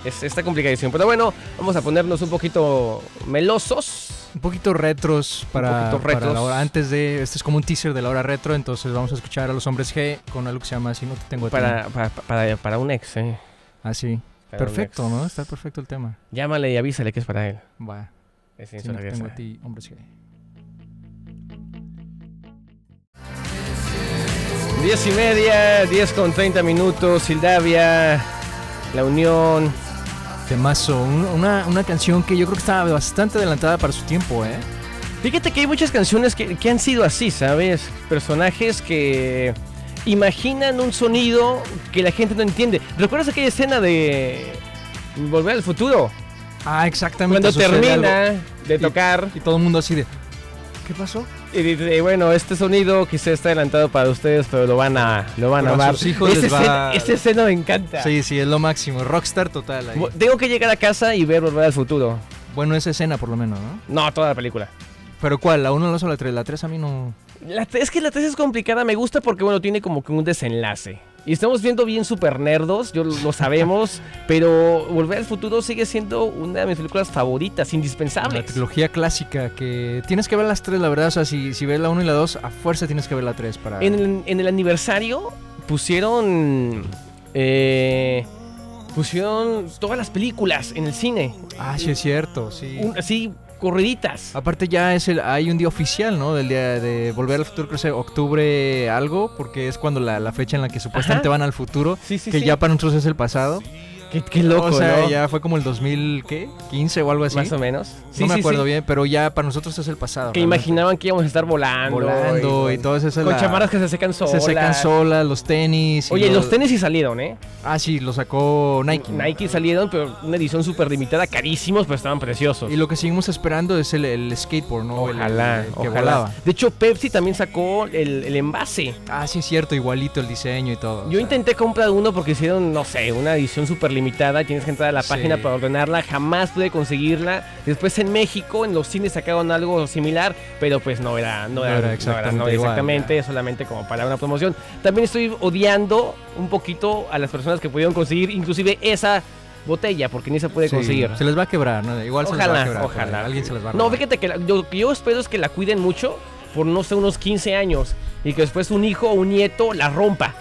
Speaker 1: Es, está complicadísimo. Pero bueno, vamos a ponernos un poquito melosos.
Speaker 2: Un poquito retros para,
Speaker 1: poquito
Speaker 2: para
Speaker 1: retros.
Speaker 2: la hora antes de. Este es como un teaser de la hora retro, entonces vamos a escuchar a los hombres G con algo que se llama Si no te tengo a ti".
Speaker 1: Para, para, para, para un ex, ¿eh?
Speaker 2: Así.
Speaker 1: Para un
Speaker 2: perfecto,
Speaker 1: ex.
Speaker 2: ¿no? Está perfecto el tema.
Speaker 1: Llámale y avísale que es para él.
Speaker 2: Va.
Speaker 1: Es
Speaker 2: Si no te tengo a ti, hombres G.
Speaker 1: 10 y media, 10 con 30 minutos, Sildavia, La Unión.
Speaker 2: Temazo. un- una, una canción que yo creo que estaba bastante adelantada para su tiempo, ¿eh?
Speaker 1: Fíjate que hay muchas canciones que, que han sido así, ¿sabes? Personajes que imaginan un sonido que la gente no entiende. ¿Recuerdas aquella escena de Volver al Futuro?
Speaker 2: Ah, exactamente.
Speaker 1: Cuando
Speaker 2: sucede algo.
Speaker 1: termina de tocar
Speaker 2: Y todo el mundo así de. ¿Qué pasó?
Speaker 1: y dice, bueno, este sonido quizá está adelantado para ustedes, pero lo van a, lo van a
Speaker 2: Pero a
Speaker 1: amar.
Speaker 2: sus hijos
Speaker 1: Esa
Speaker 2: les va-
Speaker 1: escena, esa escena me encanta.
Speaker 2: Sí, sí, es lo máximo. Rockstar total. ahí.
Speaker 1: Bo- Tengo que llegar a casa y ver Volver al Futuro.
Speaker 2: Bueno, esa escena por lo menos, ¿no?
Speaker 1: No, toda la película.
Speaker 2: ¿Pero cuál? ¿La 1, la 2 o la 3? La 3 a mí no...
Speaker 1: La te- es que la 3 es complicada, me gusta porque, bueno, tiene como que un desenlace. Y estamos viendo bien super nerdos, yo lo sabemos, pero Volver al Futuro sigue siendo una de mis películas favoritas,
Speaker 2: La
Speaker 1: indispensables.
Speaker 2: trilogía clásica que... Tienes que ver las 3, la verdad. O sea, si, si ves la 1 y la 2, a fuerza tienes que ver la 3 para...
Speaker 1: En el, en el aniversario pusieron... eh, pusieron todas las películas en el cine,
Speaker 2: Ah, sí, es cierto, sí. Ah,
Speaker 1: un- así corriditas.
Speaker 2: Aparte ya es el, hay un día oficial, ¿no? Del día de Volver al Futuro, creo que es octubre algo, porque es cuando la, la fecha en la que supuestamente van al futuro,
Speaker 1: Sí, sí,
Speaker 2: que
Speaker 1: sí.
Speaker 2: ya para nosotros es el pasado.
Speaker 1: Qué, qué loco,
Speaker 2: o sea,
Speaker 1: ¿no?
Speaker 2: ya fue como el 2015 o algo así.
Speaker 1: Más o menos. Sí,
Speaker 2: no me
Speaker 1: sí,
Speaker 2: acuerdo
Speaker 1: sí.
Speaker 2: bien, pero ya para nosotros es el pasado.
Speaker 1: Que
Speaker 2: realmente.
Speaker 1: imaginaban que íbamos a estar volando.
Speaker 2: volando y,
Speaker 1: con-
Speaker 2: todas esas
Speaker 1: Con
Speaker 2: la-
Speaker 1: chamarras que se secan solas.
Speaker 2: se secan solas, los tenis. y
Speaker 1: Oye, los tenis sí salieron, ¿eh?
Speaker 2: Ah, sí, los sacó Nike.
Speaker 1: Nike salieron, pero una edición súper limitada, carísimos, pero estaban preciosos.
Speaker 2: Y lo que seguimos esperando es el, el skateboard, ¿no? El-
Speaker 1: Ojalá,
Speaker 2: el que
Speaker 1: ojalá.
Speaker 2: volaba.
Speaker 1: De hecho, Pepsi también sacó el, el envase.
Speaker 2: Ah, sí, es cierto, igualito el diseño y todo. o
Speaker 1: Yo
Speaker 2: sea.
Speaker 1: intenté comprar uno porque hicieron, no sé, una edición súper limitada. Tienes que entrar a la
Speaker 2: Sí.
Speaker 1: página para ordenarla. Jamás pude conseguirla. Después en México, en los cines sacaron algo similar, pero pues no era, no
Speaker 2: No
Speaker 1: era,
Speaker 2: era
Speaker 1: no era-
Speaker 2: exactamente
Speaker 1: no era
Speaker 2: igual,
Speaker 1: exactamente, solamente como para una promoción. También estoy odiando un poquito a las personas que pudieron conseguir, inclusive esa botella, porque ni se puede
Speaker 2: Sí,
Speaker 1: conseguir.
Speaker 2: Se les va a quebrar, ¿no? Igual se les va a
Speaker 1: Ojalá,
Speaker 2: quebrar. por ahí,
Speaker 1: ojalá.
Speaker 2: Alguien se les va a
Speaker 1: No,
Speaker 2: robar.
Speaker 1: fíjate que la- yo- lo que yo espero es que la cuiden mucho por no sé, unos 15 años y que después un hijo o un nieto la rompa.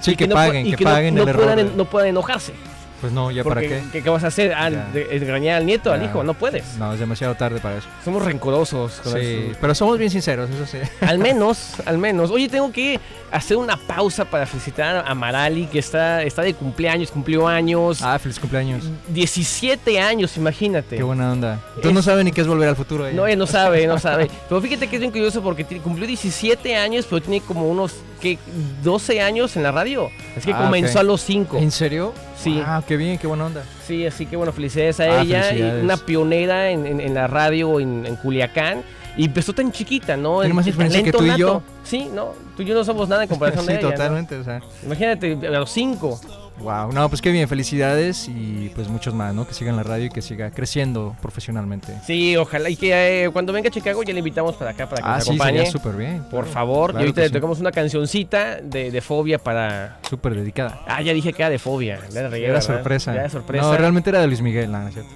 Speaker 2: Sí,
Speaker 1: y
Speaker 2: que,
Speaker 1: no pu-
Speaker 2: paguen,
Speaker 1: y
Speaker 2: que,
Speaker 1: no-
Speaker 2: paguen
Speaker 1: no,
Speaker 2: el error.
Speaker 1: puedan,
Speaker 2: de-
Speaker 1: no puedan enojarse.
Speaker 2: Pues no, ¿ya para
Speaker 1: porque,
Speaker 2: qué?
Speaker 1: ¿qué, qué vas a hacer? Ah,
Speaker 2: Ya.
Speaker 1: de- ¿Desgrañar al nieto, al
Speaker 2: Ya.
Speaker 1: hijo? No puedes.
Speaker 2: No, es demasiado tarde para eso.
Speaker 1: Somos rencorosos. con
Speaker 2: Sí,
Speaker 1: eso.
Speaker 2: pero somos bien sinceros, eso sí.
Speaker 1: Al menos, al menos. Oye, tengo que hacer una pausa para felicitar a Marali, que está, está de cumpleaños, cumplió años.
Speaker 2: Ah, feliz cumpleaños.
Speaker 1: 17 años, imagínate.
Speaker 2: Qué buena onda. Tú no
Speaker 1: Es-
Speaker 2: sabes ni qué es volver al futuro. ¿eh? ella.
Speaker 1: No, él no sabe, no sabe. Pero fíjate que es bien curioso porque ti- cumplió 17 años, pero tiene como unos ¿qué? 12 años en la radio. Es que
Speaker 2: Ah,
Speaker 1: comenzó
Speaker 2: ok.
Speaker 1: a los 5.
Speaker 2: ¿En serio?
Speaker 1: Sí.
Speaker 2: Ah, qué bien, qué buena onda.
Speaker 1: Sí, así que bueno, felicidades a
Speaker 2: Ah,
Speaker 1: ella. y
Speaker 2: felicidades.
Speaker 1: Una pionera en, en- en la radio en, en Culiacán. Y empezó tan chiquita, ¿no?
Speaker 2: Tiene
Speaker 1: El-
Speaker 2: más
Speaker 1: el
Speaker 2: experiencia que
Speaker 1: talento
Speaker 2: tú y yo.
Speaker 1: nato. Sí, no, tú y yo no somos nada en comparación
Speaker 2: sí,
Speaker 1: de ella. ¿no?
Speaker 2: totalmente, o sea.
Speaker 1: Imagínate, a los 5.
Speaker 2: Wow, no, pues qué bien, felicidades y pues muchos más, ¿no? Que sigan la radio y que siga creciendo profesionalmente.
Speaker 1: Sí, ojalá. Y que eh, cuando venga a Chicago ya le invitamos para acá, para que
Speaker 2: Ah,
Speaker 1: nos
Speaker 2: sí,
Speaker 1: acompañe.
Speaker 2: sería súper bien.
Speaker 1: Por
Speaker 2: claro.
Speaker 1: favor,
Speaker 2: Claro
Speaker 1: y ahorita
Speaker 2: que
Speaker 1: le
Speaker 2: sí.
Speaker 1: tocamos una cancioncita de, de fobia para,
Speaker 2: Súper dedicada.
Speaker 1: Ah, ya dije que era de fobia. Ya la regué,
Speaker 2: Era
Speaker 1: ¿verdad?
Speaker 2: sorpresa.
Speaker 1: Ya era sorpresa.
Speaker 2: No, realmente era de Luis Miguel, no, no es cierto.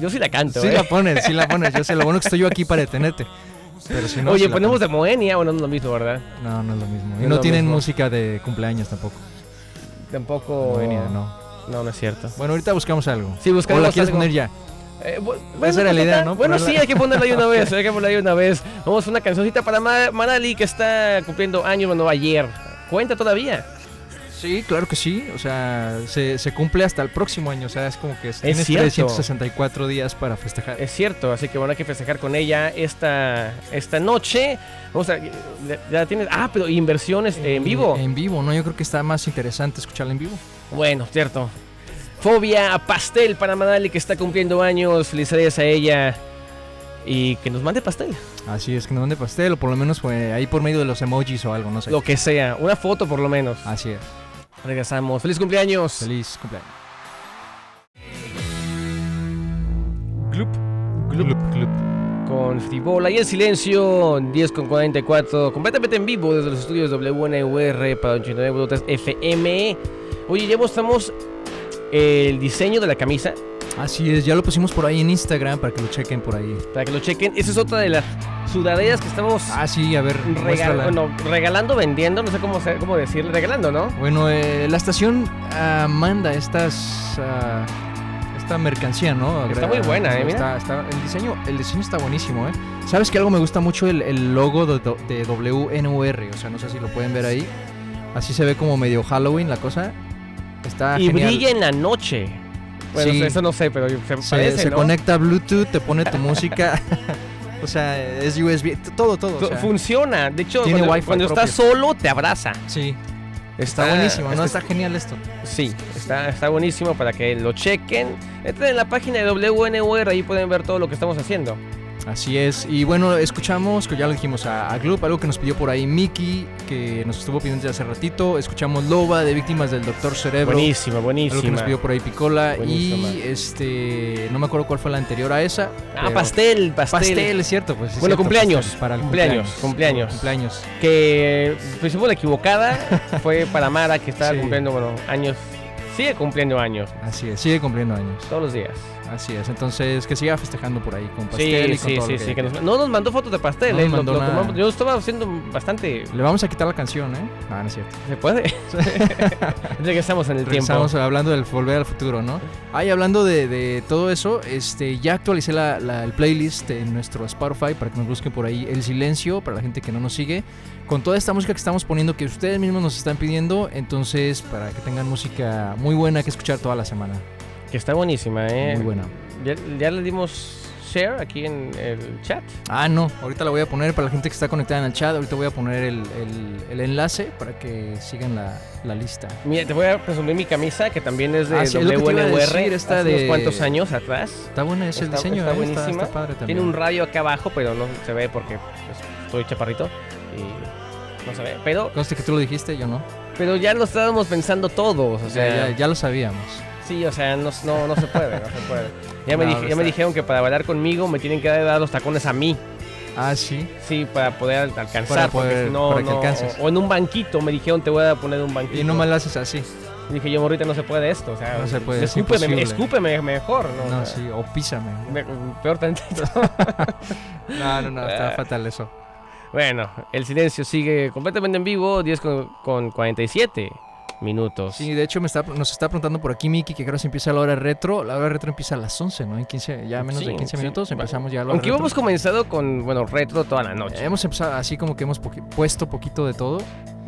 Speaker 1: Yo sí la canto.
Speaker 2: Sí
Speaker 1: ¿eh?
Speaker 2: la pones, sí la pones. Yo sé, lo bueno que estoy yo aquí para detenerte. Pero si no, sí
Speaker 1: Oye,
Speaker 2: la
Speaker 1: ponemos
Speaker 2: pones.
Speaker 1: de Moenia, bueno, no es lo mismo, ¿verdad?
Speaker 2: No, no es lo mismo.
Speaker 1: No
Speaker 2: Y
Speaker 1: es
Speaker 2: no
Speaker 1: lo
Speaker 2: tienen
Speaker 1: mismo.
Speaker 2: música de cumpleaños tampoco.
Speaker 1: Tampoco.
Speaker 2: Moenia, no.
Speaker 1: No, no es cierto.
Speaker 2: Bueno, ahorita buscamos algo.
Speaker 1: Oh. Sí, buscamos
Speaker 2: O la quieres
Speaker 1: algo.
Speaker 2: poner ya.
Speaker 1: Eh, bu-
Speaker 2: Esa era la idea, ¿no?
Speaker 1: Bueno,
Speaker 2: Ponerla.
Speaker 1: sí, hay que ponerla ahí una vez. Hay que ponerla ahí una vez. Vamos a una cancioncita para Ma- Marali que está cumpliendo años, bueno, ayer. Cuenta todavía.
Speaker 2: Sí, claro que sí. O sea, se, se cumple hasta el próximo año. O sea, es como que tienes
Speaker 1: cierto.
Speaker 2: 364 días para festejar.
Speaker 1: Es cierto, así que bueno, hay que festejar con ella esta, esta noche. Vamos a. Ya ya tienes. Ah, pero inversiones en vivo.
Speaker 2: Eh, En vivo, ¿no? Yo creo que está más interesante escucharla en vivo.
Speaker 1: Bueno, cierto. Fobia a pastel para Madali que está cumpliendo años. Felicidades a ella. Y que nos mande pastel.
Speaker 2: Así es, que nos mande pastel o por lo menos fue ahí por medio de los emojis o algo, no sé.
Speaker 1: Lo que sea. Una foto por lo menos.
Speaker 2: Así es.
Speaker 1: Regresamos. Feliz cumpleaños.
Speaker 2: Feliz cumpleaños.
Speaker 1: Con Fribola y en silencio. 10 con 44. Completamente en vivo desde los estudios WNUR para 89.3 FM. Oye, ya mostramos el diseño de la camisa.
Speaker 2: Así es, ya lo pusimos por ahí en Instagram para que lo chequen por ahí.
Speaker 1: Para que lo chequen. Esa es otra de las sudaderas que estamos
Speaker 2: Ah, sí, a ver,
Speaker 1: regal-
Speaker 2: muéstrala.
Speaker 1: bueno, regalando, vendiendo. No sé cómo, se- cómo decirle. Regalando, ¿no?
Speaker 2: Bueno, eh, la estación ah, manda estas ah, esta mercancía, ¿no?
Speaker 1: Está muy buena, ¿eh? Mira.
Speaker 2: Está, está- el, diseño, el diseño está buenísimo, ¿eh? Sabes que algo me gusta mucho el, el logo de, do- de WNUR, o sea, no sé si lo pueden ver ahí. Así se ve como medio Halloween la cosa. Está
Speaker 1: y
Speaker 2: Ah, genial.
Speaker 1: brilla en la noche. Bueno,
Speaker 2: Sí.
Speaker 1: eso no sé, pero se,
Speaker 2: Se,
Speaker 1: parece,
Speaker 2: se
Speaker 1: ¿no?
Speaker 2: conecta a Bluetooth, te pone tu música. o sea, es USB, t- todo, todo. o
Speaker 1: T-
Speaker 2: sea.
Speaker 1: Funciona. De hecho,
Speaker 2: Tiene
Speaker 1: cuando,
Speaker 2: Wi-Fi
Speaker 1: cuando estás solo, te abraza.
Speaker 2: sí, está, buenísimo, ¿no?
Speaker 1: Ah, este es que-
Speaker 2: Está genial esto.
Speaker 1: sí, está, está buenísimo para que lo chequen. Entren en la página de WNUR, ahí pueden ver todo lo que estamos haciendo.
Speaker 2: Así es, y bueno, escuchamos, que ya lo dijimos a, a Gloop, algo que nos pidió por ahí Mickey, que nos estuvo pidiendo desde hace ratito, escuchamos Loba de Víctimas del Doctor Cerebro,
Speaker 1: Buenísima,
Speaker 2: algo que nos
Speaker 1: buenísima.
Speaker 2: pidió por ahí Picola,
Speaker 1: Buenísima.
Speaker 2: y este, no me acuerdo cuál fue la anterior a esa.
Speaker 1: Ah,
Speaker 2: pero-
Speaker 1: pastel, pastel.
Speaker 2: Pastel, es cierto, pues. es
Speaker 1: Bueno,
Speaker 2: cierto,
Speaker 1: cumpleaños,
Speaker 2: pastel, para el
Speaker 1: cumpleaños, cumpleaños.
Speaker 2: cumpleaños.
Speaker 1: Que pusimos la equivocada. fue para Mara, que estaba
Speaker 2: Sí.
Speaker 1: cumpliendo, bueno, años. Sigue cumpliendo años,
Speaker 2: Así es, sigue cumpliendo años.
Speaker 1: todos los días.
Speaker 2: Así es, entonces que siga festejando por ahí con
Speaker 1: Sí,
Speaker 2: pastel y con
Speaker 1: sí,
Speaker 2: todo
Speaker 1: sí,
Speaker 2: lo que
Speaker 1: sí,
Speaker 2: haya
Speaker 1: que
Speaker 2: que
Speaker 1: nos- no nos mandó fotos de pastel,
Speaker 2: No
Speaker 1: eh,
Speaker 2: nos
Speaker 1: lo-
Speaker 2: mandó
Speaker 1: lo
Speaker 2: nada.
Speaker 1: tomamos- yo estaba haciendo bastante...
Speaker 2: hacer. Le vamos a quitar la canción, ¿eh? No, no es cierto.
Speaker 1: ¿Se puede? Regresamos en el tiempo.
Speaker 2: Estamos hablando del volver al futuro, ¿no? Ay, hablando de, de todo eso, este, ya actualicé la, la- el playlist en nuestro Spotify para que nos busquen por ahí El Silencio, para la gente que no nos sigue, con toda esta música que estamos poniendo que ustedes mismos nos están pidiendo, entonces para que tengan música muy buena que escuchar toda la semana.
Speaker 1: Que está buenísima, ¿eh?
Speaker 2: Muy buena.
Speaker 1: Ya, ya le dimos share aquí en el chat.
Speaker 2: Ah, no, ahorita la voy a poner para la gente que está conectada en el chat, ahorita voy a poner el, el- el enlace para que sigan la, la lista.
Speaker 1: Mira, te voy a presumir mi camisa, que también es de
Speaker 2: Ah, sí, es lo que te iba a
Speaker 1: WNUR,
Speaker 2: decir, esta
Speaker 1: hace unos
Speaker 2: de-
Speaker 1: cuantos años atrás.
Speaker 2: Está bueno ese el
Speaker 1: Está-
Speaker 2: diseño,
Speaker 1: está
Speaker 2: ¿eh?
Speaker 1: buenísima.
Speaker 2: está padre también.
Speaker 1: Tiene un radio acá abajo, pero no se ve porque pues, estoy chaparrito y no se ve. Pero,
Speaker 2: Conste que tú lo dijiste, yo no.
Speaker 1: pero ya lo estábamos pensando todos, o
Speaker 2: O sea,
Speaker 1: sea,
Speaker 2: ya- ya lo sabíamos.
Speaker 1: sí, o sea, no, no, no se puede, no se puede. Ya, me,
Speaker 2: No,
Speaker 1: dije-
Speaker 2: no
Speaker 1: ya me
Speaker 2: está.
Speaker 1: dijeron que para bailar conmigo me tienen que dar los tacones a mí.
Speaker 2: Ah, sí.
Speaker 1: Sí, para poder al- alcanzar.
Speaker 2: Para
Speaker 1: porque
Speaker 2: poder-
Speaker 1: si no,
Speaker 2: para que
Speaker 1: no-
Speaker 2: alcances.
Speaker 1: O, o en un banquito, me dijeron, te voy a poner un banquito.
Speaker 2: Y no mal haces así.
Speaker 1: Y dije, yo morrita, no se puede esto. O sea,
Speaker 2: No se puede, es
Speaker 1: escúpeme,
Speaker 2: imposible.
Speaker 1: escúpeme mejor. No,
Speaker 2: No,
Speaker 1: O sea,
Speaker 2: sí, o písame.
Speaker 1: me- peor tantito.
Speaker 2: No, no, no, está
Speaker 1: Ah.
Speaker 2: fatal eso.
Speaker 1: bueno, el silencio sigue completamente en vivo, 10 con, con 47 minutos.
Speaker 2: Sí, de hecho me está, nos está preguntando por aquí Miki que ahora se empieza la hora retro. La hora retro empieza a las 11, ¿no? En 15, ya menos de
Speaker 1: Sí,
Speaker 2: 15
Speaker 1: sí.
Speaker 2: minutos empezamos ya la hora
Speaker 1: Aunque
Speaker 2: retro.
Speaker 1: hemos comenzado con, bueno, retro toda la noche.
Speaker 2: Hemos empezado así como que hemos poqui- puesto poquito de todo.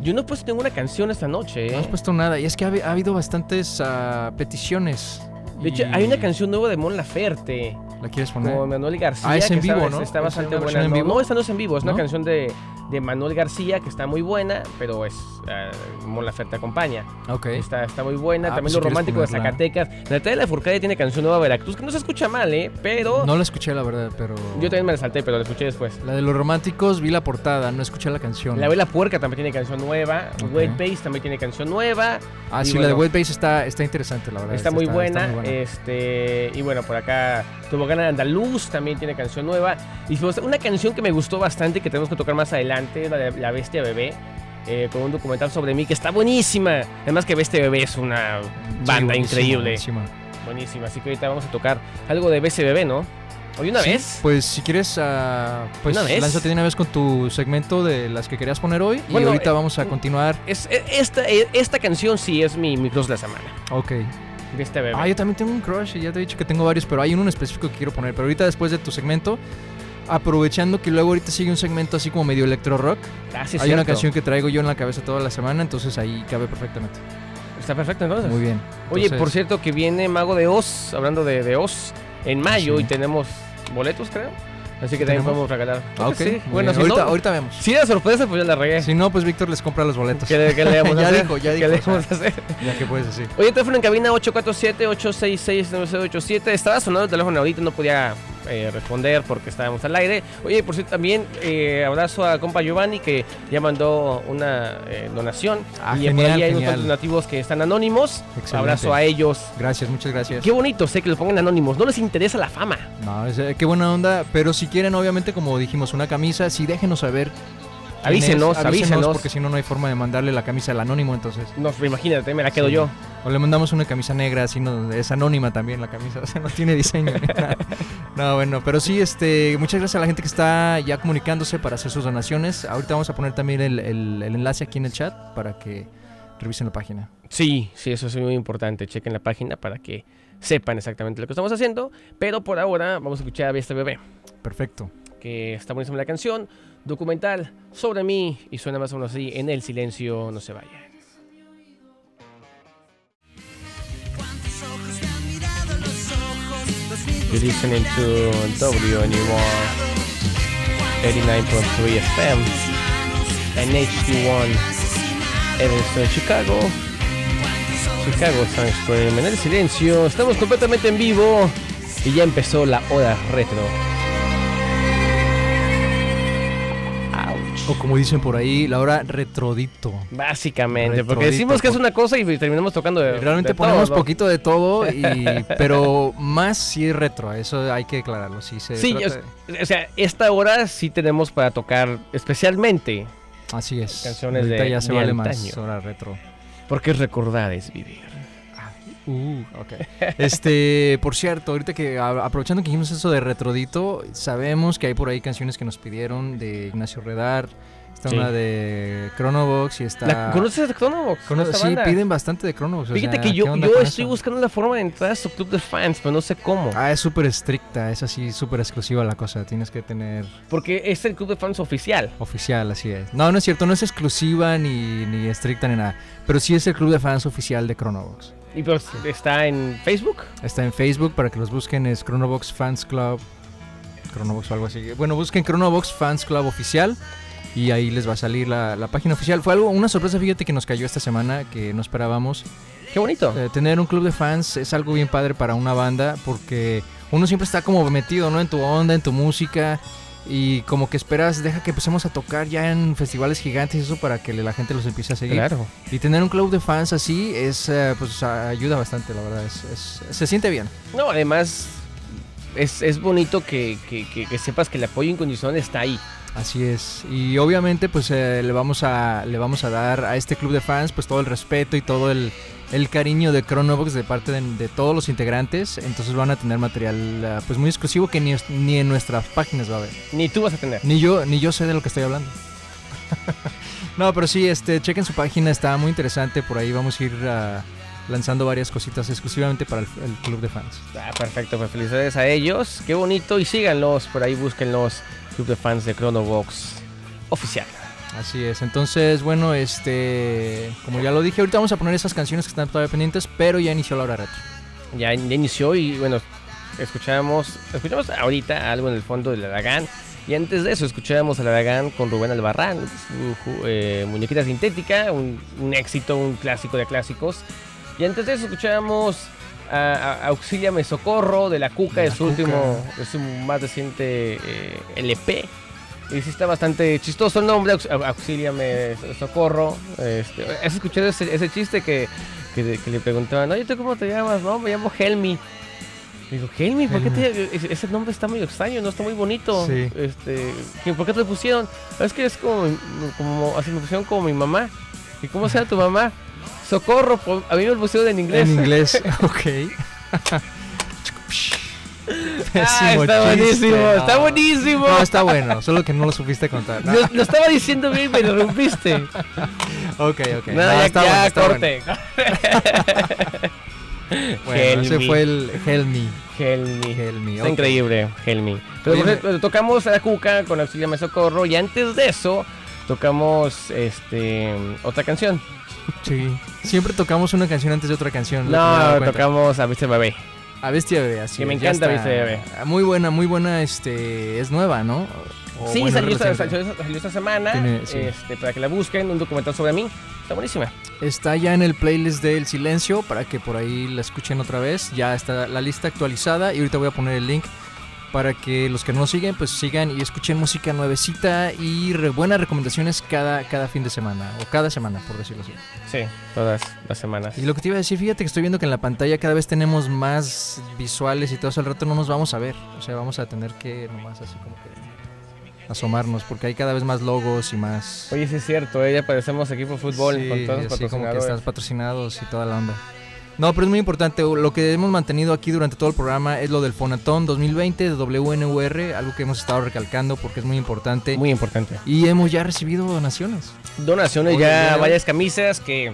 Speaker 1: Yo no he puesto ninguna canción esta noche.
Speaker 2: No
Speaker 1: ¿eh?
Speaker 2: hemos puesto nada. Y es que ha, habi- ha habido bastantes ah, peticiones.
Speaker 1: De hecho,
Speaker 2: Y-
Speaker 1: hay una canción nueva de Mon Laferte.
Speaker 2: ¿La quieres poner?
Speaker 1: con Manuel García.
Speaker 2: Ah, es
Speaker 1: que
Speaker 2: en vivo,
Speaker 1: está,
Speaker 2: ¿no?
Speaker 1: Está
Speaker 2: ¿Es
Speaker 1: bastante
Speaker 2: una
Speaker 1: buena.
Speaker 2: versión en
Speaker 1: No,
Speaker 2: vivo?
Speaker 1: no, esta no es en vivo, es
Speaker 2: ¿No?
Speaker 1: una canción de, de Manuel García que está muy buena, pero es eh, Mon Laferte acompaña.
Speaker 2: Ok.
Speaker 1: Está, está muy buena.
Speaker 2: Ah,
Speaker 1: También
Speaker 2: pues si
Speaker 1: Lo
Speaker 2: quieres
Speaker 1: Romántico de
Speaker 2: ponerla.
Speaker 1: Zacatecas. Natalia Lafourcade tiene canción Nueva Veracruz, que no se escucha mal, ¿eh? Pero
Speaker 2: No la escuché, la verdad, pero.
Speaker 1: yo también me la salté, pero la escuché después.
Speaker 2: La de los románticos vi la portada, no escuché la canción.
Speaker 1: La Vela Puerca también tiene canción nueva.
Speaker 2: Ok.
Speaker 1: Wet Bass también tiene canción nueva.
Speaker 2: Ah,
Speaker 1: Y
Speaker 2: sí, la de
Speaker 1: bueno.
Speaker 2: Webbase está, está interesante, la verdad.
Speaker 1: Está muy buena.
Speaker 2: muy
Speaker 1: Este, y bueno, por acá Tobogán Andaluz también tiene canción nueva. Y pues, una canción que me gustó bastante que tenemos que tocar más adelante, la de La Bestia Bebé, eh, con un documental sobre mí que está buenísima. Además que Bestia Bebé es una banda
Speaker 2: buenísima,
Speaker 1: increíble.
Speaker 2: buenísima.
Speaker 1: Buenísima. Así que ahorita vamos a tocar algo de Bestia Bebé, ¿no? Hoy una
Speaker 2: Sí,
Speaker 1: vez.
Speaker 2: Pues si quieres, ah, pues
Speaker 1: ¿Una vez?
Speaker 2: lánzate de una vez con tu segmento de las que querías poner hoy. y
Speaker 1: Bueno,
Speaker 2: ahorita
Speaker 1: eh,
Speaker 2: vamos a continuar.
Speaker 1: Es, e- esta, e- esta canción sí es mi, mi cross de la semana.
Speaker 2: Ok.
Speaker 1: Bestia Bebé.
Speaker 2: Ah, yo también tengo un crush y ya te he dicho que tengo varios, pero hay uno en específico que quiero poner. Pero ahorita después de tu segmento, aprovechando que luego ahorita sigue un segmento así como medio electro rock,
Speaker 1: Ah, sí, es
Speaker 2: hay una
Speaker 1: cierto.
Speaker 2: canción que traigo yo en la cabeza toda la semana, entonces ahí cabe perfectamente.
Speaker 1: Está perfecto entonces.
Speaker 2: Muy bien.
Speaker 1: Ah. Oye, por
Speaker 2: Entonces,
Speaker 1: cierto que viene Mago de Oz, hablando de, de Oz, en mayo
Speaker 2: Sí.
Speaker 1: y tenemos boletos, creo. Así que
Speaker 2: ¿Tenemos?
Speaker 1: también podemos regalar.
Speaker 2: Ah,
Speaker 1: Creo
Speaker 2: ok.
Speaker 1: que sí.
Speaker 2: muy
Speaker 1: Bueno,
Speaker 2: bien.
Speaker 1: si,
Speaker 2: ahorita,
Speaker 1: no,
Speaker 2: ahorita vemos.
Speaker 1: si era sorpresa, pues yo la regué.
Speaker 2: Si no, pues Víctor les compra los boletos.
Speaker 1: ¿Qué, le- qué le vamos a
Speaker 2: ya
Speaker 1: hacer?
Speaker 2: dijo, ya
Speaker 1: ¿Qué
Speaker 2: dijo.
Speaker 1: le vamos a hacer?
Speaker 2: Ya que puedes decir.
Speaker 1: Oye, teléfono en cabina 847-866-9087. Estaba sonando el teléfono ahorita, no podía eh, responder porque estábamos al aire. Oye, por cierto, también eh, abrazo a compa Giovanni que ya mandó una eh, donación.
Speaker 2: Ah,
Speaker 1: y por
Speaker 2: genial,
Speaker 1: ahí hay unos
Speaker 2: genial.
Speaker 1: cuantos nativos que están anónimos.
Speaker 2: Excelente.
Speaker 1: Abrazo a ellos.
Speaker 2: Gracias, muchas gracias.
Speaker 1: Qué bonito, sé que lo pongan anónimos. No les interesa la fama.
Speaker 2: No, es, eh, qué buena onda. Pero si quieren, obviamente, como dijimos, una camisa, sí déjenos saber. quién
Speaker 1: Avísenos,
Speaker 2: es,
Speaker 1: avísenos.
Speaker 2: Porque si no, no hay forma de mandarle la camisa al anónimo, entonces.
Speaker 1: No, imagínate, me la quedo
Speaker 2: Sí.
Speaker 1: yo.
Speaker 2: O le mandamos una camisa negra, así no, es anónima también la camisa, o sea, no tiene diseño. ni nada. no, bueno, pero sí, este, muchas gracias a la gente que está ya comunicándose para hacer sus donaciones. Ahorita vamos a poner también el, el- el enlace aquí en el chat para que revisen la página.
Speaker 1: Sí, sí, eso es muy importante. Chequen la página para que sepan exactamente lo que estamos haciendo. Pero por ahora vamos a escuchar a Bestia Bebé,
Speaker 2: Perfecto.
Speaker 1: que está buenísima la canción, documental sobre mí y suena más o menos así, en el silencio no se vaya. You're listening to WNUR 89.3 FM and HD1 Evanston, Chicago. Chicago Sound Stream. En el silencio, estamos completamente en vivo y ya empezó la hora retro.
Speaker 2: O como dicen por ahí, la hora retrodito.
Speaker 1: Básicamente, porque
Speaker 2: Retrodito,
Speaker 1: decimos que es
Speaker 2: por-
Speaker 1: una cosa y terminamos tocando de
Speaker 2: Eh, Realmente
Speaker 1: Eh, de
Speaker 2: ponemos
Speaker 1: todo.
Speaker 2: poquito de todo, y, pero más si es retro, eso hay que declararlo. Si se
Speaker 1: Sí,
Speaker 2: trata de-
Speaker 1: o- o sea, esta hora sí tenemos para tocar especialmente,
Speaker 2: así es.
Speaker 1: canciones
Speaker 2: Ahorita
Speaker 1: de-
Speaker 2: ya se
Speaker 1: de
Speaker 2: vale
Speaker 1: antaño.
Speaker 2: más hora retro.
Speaker 1: porque recordar es vivir.
Speaker 2: Uh, ok. Este, por cierto, ahorita que a- aprovechando que dijimos eso de Retrodito, sabemos que hay por ahí canciones que nos pidieron de Ignacio Redar. Está
Speaker 1: Sí.
Speaker 2: una de Chronobox y está.
Speaker 1: ¿La- ¿Conoces a Chronobox?
Speaker 2: Ah. Cono-
Speaker 1: esta
Speaker 2: sí,
Speaker 1: banda?
Speaker 2: piden bastante de Chronobox. o
Speaker 1: Fíjate
Speaker 2: sea,
Speaker 1: que
Speaker 2: ¿qué
Speaker 1: yo,
Speaker 2: onda
Speaker 1: yo
Speaker 2: con
Speaker 1: estoy
Speaker 2: eso?
Speaker 1: buscando la forma de entrar a su club de fans, pero no sé cómo.
Speaker 2: Ah, es súper estricta, es así, súper exclusiva la cosa. Tienes que tener
Speaker 1: Porque es el club de fans oficial.
Speaker 2: oficial, así es. No, no es cierto, no es exclusiva ni, ni estricta ni nada. Pero sí es el club de fans oficial de Chronobox.
Speaker 1: Y pero está en Facebook.
Speaker 2: Está en Facebook, para que los busquen es Chronobox Fans Club. Chronobox o algo así. Bueno, busquen Chronobox Fans Club oficial y ahí les va a salir la, la página oficial. Fue algo, una sorpresa, fíjate, que nos cayó esta semana, que no esperábamos.
Speaker 1: Qué bonito.
Speaker 2: Eh, tener un club de fans es algo bien padre para una banda porque uno siempre está como metido, ¿no? En tu onda, en tu música y como que esperas, deja que empecemos a tocar ya en festivales gigantes y eso para que la gente los empiece a seguir.
Speaker 1: Claro.
Speaker 2: Y tener un club de fans así es, eh, pues a- ayuda bastante, la verdad. es- es- se siente bien.
Speaker 1: No, además es, es bonito que, que- que- que sepas que el apoyo incondicional está ahí.
Speaker 2: Así es. Y obviamente pues eh, le, vamos a, le vamos a dar a este club de fans pues todo el respeto y todo el, el cariño de Chronobox de parte de, de todos los integrantes. Entonces van a tener material eh, pues muy exclusivo que ni, ni en nuestras páginas va a haber.
Speaker 1: Ni tú vas a tener.
Speaker 2: Ni yo, ni yo sé de lo que estoy hablando. no, pero sí, este, chequen su página, está muy interesante. Por ahí vamos a ir ah, lanzando varias cositas exclusivamente para el, el club de fans.
Speaker 1: Ah, perfecto, pues felicidades a ellos. Qué bonito. Y síganlos, por ahí búsquenlos. Club de fans de Chronobox oficial.
Speaker 2: Así es, entonces bueno, este, como ya lo dije, ahorita vamos a poner esas canciones que están todavía pendientes, pero ya inició la hora retro.
Speaker 1: Ya, ya inició y bueno, escuchamos, escuchamos ahorita algo en el fondo del Aragán. Y antes de eso, escuchábamos al Aragán con Rubén Albarrán, su ju- eh, muñequita sintética, un, un éxito, un clásico de clásicos. Y antes de eso, escuchábamos a, a- Auxíliame Socorro de la Cuca,
Speaker 2: De
Speaker 1: de
Speaker 2: La
Speaker 1: su
Speaker 2: Cuca.
Speaker 1: último, de su más reciente eh, LP. Y sí está bastante chistoso el nombre, aux- au- Auxíliame Socorro. Este, ¿Has escuchado ese, ese chiste que, que- que le preguntaban, oye, ¿tú cómo te llamas? No, me llamo Helmi. Le Digo, Helmi, ¿por qué te, e-, ese- ese nombre está medio extraño, no está muy bonito?
Speaker 2: Sí.
Speaker 1: Este, ¿qué- ¿Por qué te lo pusieron? Es que es como, mi- como, así me pusieron como mi mamá. ¿Y cómo se llama tu mamá? Socorro, po- a mí me lo pusieron en inglés.
Speaker 2: En inglés, ok.
Speaker 1: Ah,
Speaker 2: Pésimo
Speaker 1: está
Speaker 2: chiste,
Speaker 1: buenísimo,
Speaker 2: no.
Speaker 1: está buenísimo.
Speaker 2: No, está bueno, solo que no lo supiste contar. No,
Speaker 1: Lo, lo estaba diciendo bien, me interrumpiste.
Speaker 2: ok, ok.
Speaker 1: Nada,
Speaker 2: no,
Speaker 1: ya,
Speaker 2: está
Speaker 1: ya,
Speaker 2: bueno, está
Speaker 1: corte.
Speaker 2: bueno. Bueno, ese
Speaker 1: Helmi.
Speaker 2: fue el Helmi.
Speaker 1: Helmi.
Speaker 2: Helmi,
Speaker 1: Está
Speaker 2: ok.
Speaker 1: increíble, Helmi. Pero
Speaker 2: Oye,
Speaker 1: pues,
Speaker 2: me-
Speaker 1: bueno, tocamos a la cuca con Auxiliame Socorro y antes de eso tocamos este otra canción.
Speaker 2: Sí. Siempre tocamos una canción antes de otra canción. lo que me he dado
Speaker 1: No,
Speaker 2: cuenta.
Speaker 1: tocamos a Viste Bebé.
Speaker 2: A Bestia Bebé, así.
Speaker 1: Que me
Speaker 2: es, ya
Speaker 1: encanta
Speaker 2: está.
Speaker 1: Bestia Bebé.
Speaker 2: Ah, Muy buena, muy buena, este, es nueva, ¿no? O
Speaker 1: sí,
Speaker 2: Oh, bueno,
Speaker 1: salió, esta-
Speaker 2: reciente.
Speaker 1: salió- salió esta semana.
Speaker 2: Tiene- sí.
Speaker 1: este, para que la busquen, un documental sobre mí. Está buenísima.
Speaker 2: Está ya en el playlist del silencio para que por ahí la escuchen otra vez. Ya está la lista actualizada y ahorita voy a poner el link para que los que no nos siguen pues sigan y escuchen música nuevecita y re- buenas recomendaciones cada, cada fin de semana o cada semana por decirlo así.
Speaker 1: Sí, todas las semanas.
Speaker 2: Y lo que te iba a decir, fíjate que estoy viendo que en la pantalla cada vez tenemos más visuales y todo eso. Al rato no nos vamos a ver. O sea, vamos a tener que nomás así como que asomarnos porque hay cada vez más logos y más...
Speaker 1: Oye, sí es cierto, ella parecemos equipo de fútbol
Speaker 2: Sí,
Speaker 1: con todos
Speaker 2: y
Speaker 1: los
Speaker 2: así como que
Speaker 1: patrocinadores.
Speaker 2: estás patrocinados y toda la onda. No, pero es muy importante. Lo que hemos mantenido aquí durante todo el programa es lo del Fonatón 2020 de WNUR, algo que hemos estado recalcando porque es muy importante.
Speaker 1: Muy importante.
Speaker 2: y hemos ya recibido donaciones.
Speaker 1: donaciones
Speaker 2: Oye,
Speaker 1: ya
Speaker 2: bien.
Speaker 1: varias camisas que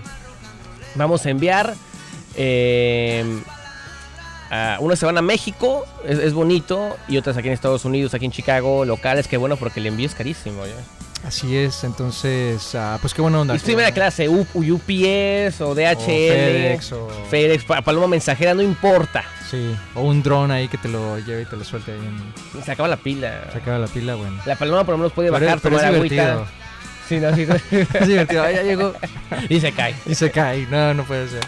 Speaker 1: vamos a enviar. Eh, a- unas se van a México, es, es bonito, y otras aquí en Estados Unidos, aquí en Chicago, locales, que bueno, porque el envío es carísimo. ¿ya?
Speaker 2: Así es, entonces, ah, pues qué buena onda.
Speaker 1: Y es primera clase, U- UPS o DHL,
Speaker 2: O
Speaker 1: FedEx,
Speaker 2: FedEx, o-
Speaker 1: pa- Paloma Mensajera, no importa.
Speaker 2: Sí, o un dron ahí que te lo lleve y te lo suelte ahí. En,
Speaker 1: Se acaba la pila.
Speaker 2: se acaba la pila, bueno.
Speaker 1: La Paloma por lo menos puede
Speaker 2: Pero-
Speaker 1: bajar,
Speaker 2: pero es
Speaker 1: tomar
Speaker 2: divertido.
Speaker 1: agüita. Sí, no, sí,
Speaker 2: Es divertido, ah, ya llegó
Speaker 1: y se cae.
Speaker 2: y se cae. No, no puede ser.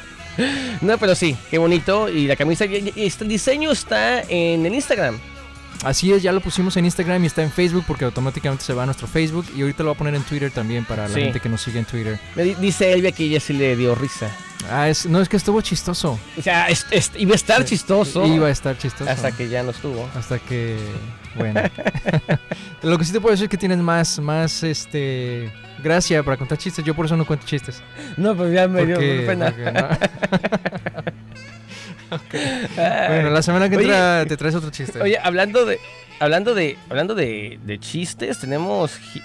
Speaker 1: No, pero sí, qué bonito. Y la camisa, y- y- y este diseño está en el Instagram.
Speaker 2: Así es, ya lo pusimos en Instagram y está en Facebook porque automáticamente se va a nuestro Facebook y ahorita lo voy a poner en Twitter también para la
Speaker 1: Sí.
Speaker 2: gente que nos sigue en Twitter.
Speaker 1: Me di- dice Elvia que ella sí le dio risa.
Speaker 2: Ah, es, no, es que estuvo chistoso.
Speaker 1: O sea, es- es- iba a estar chistoso
Speaker 2: Iba a estar chistoso.
Speaker 1: hasta que ya no estuvo.
Speaker 2: Hasta que, bueno. lo que sí te puedo decir es que tienes más, más, este, gracia para
Speaker 1: pues
Speaker 2: contar chistes. Yo por eso no cuento chistes.
Speaker 1: No, pues ya
Speaker 2: Porque- porque no. Bueno, la semana que
Speaker 1: Oye.
Speaker 2: entra te traes otro chiste.
Speaker 1: Oye, hablando de. Hablando de. Hablando de, de chistes, tenemos gi-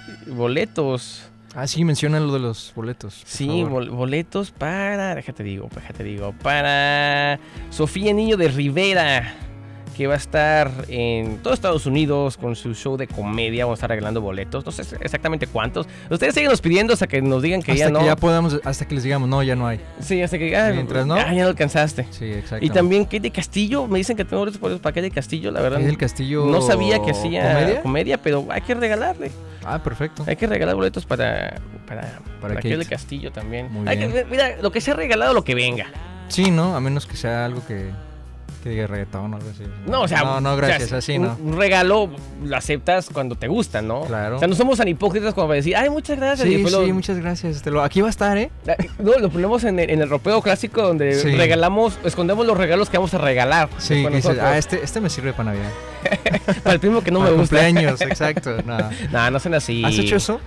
Speaker 1: boletos.
Speaker 2: Ah, sí, menciona lo de los boletos. por
Speaker 1: Sí,
Speaker 2: favor.
Speaker 1: bol- boletos para. Déjate digo, déjate digo. Para Sofía Niño de Rivera. Que va a estar en todo Estados Unidos con su show de comedia. Vamos a estar regalando boletos. No sé exactamente cuántos. Ustedes siguen nos pidiendo hasta que nos digan que
Speaker 2: hasta
Speaker 1: ya no.
Speaker 2: que ya podamos, hasta que les digamos, no, ya no hay.
Speaker 1: Sí, hasta que. ah,
Speaker 2: Mientras no.
Speaker 1: ah, ya lo alcanzaste.
Speaker 2: Sí, exacto.
Speaker 1: Y también Kate Castillo. Me dicen que tengo boletos para Kate Castillo, la verdad.
Speaker 2: del Castillo.
Speaker 1: No sabía que hacía comedia?
Speaker 2: comedia?
Speaker 1: pero hay que regalarle.
Speaker 2: Ah, perfecto.
Speaker 1: Hay que regalar boletos para para para,
Speaker 2: Kate.
Speaker 1: aquel castillo también.
Speaker 2: Muy
Speaker 1: Hay
Speaker 2: bien.
Speaker 1: que- mira, lo que se ha regalado, lo que venga.
Speaker 2: Sí, ¿no? A menos que sea algo que, que diga reggaetón o algo así.
Speaker 1: No, o sea,
Speaker 2: No, no,
Speaker 1: o sea,
Speaker 2: gracias, así
Speaker 1: un,
Speaker 2: no.
Speaker 1: un regalo lo aceptas cuando te gusta, ¿no?
Speaker 2: Claro.
Speaker 1: O sea, no somos tan hipócritas como para decir, ay, muchas gracias. y
Speaker 2: Sí,
Speaker 1: después lo-
Speaker 2: sí, muchas gracias. Te lo, aquí va a estar, ¿eh?
Speaker 1: la- No, lo ponemos en el, en el ropeo clásico donde
Speaker 2: Sí.
Speaker 1: regalamos, escondemos los regalos que vamos a regalar.
Speaker 2: Sí,
Speaker 1: con
Speaker 2: que dices,
Speaker 1: nosotros.
Speaker 2: ah, este, este me sirve para Navidad.
Speaker 1: Para el primo que no me
Speaker 2: Para
Speaker 1: gusta.
Speaker 2: cumpleaños, exacto. nada.
Speaker 1: No, no sean así.
Speaker 2: ¿Has hecho eso?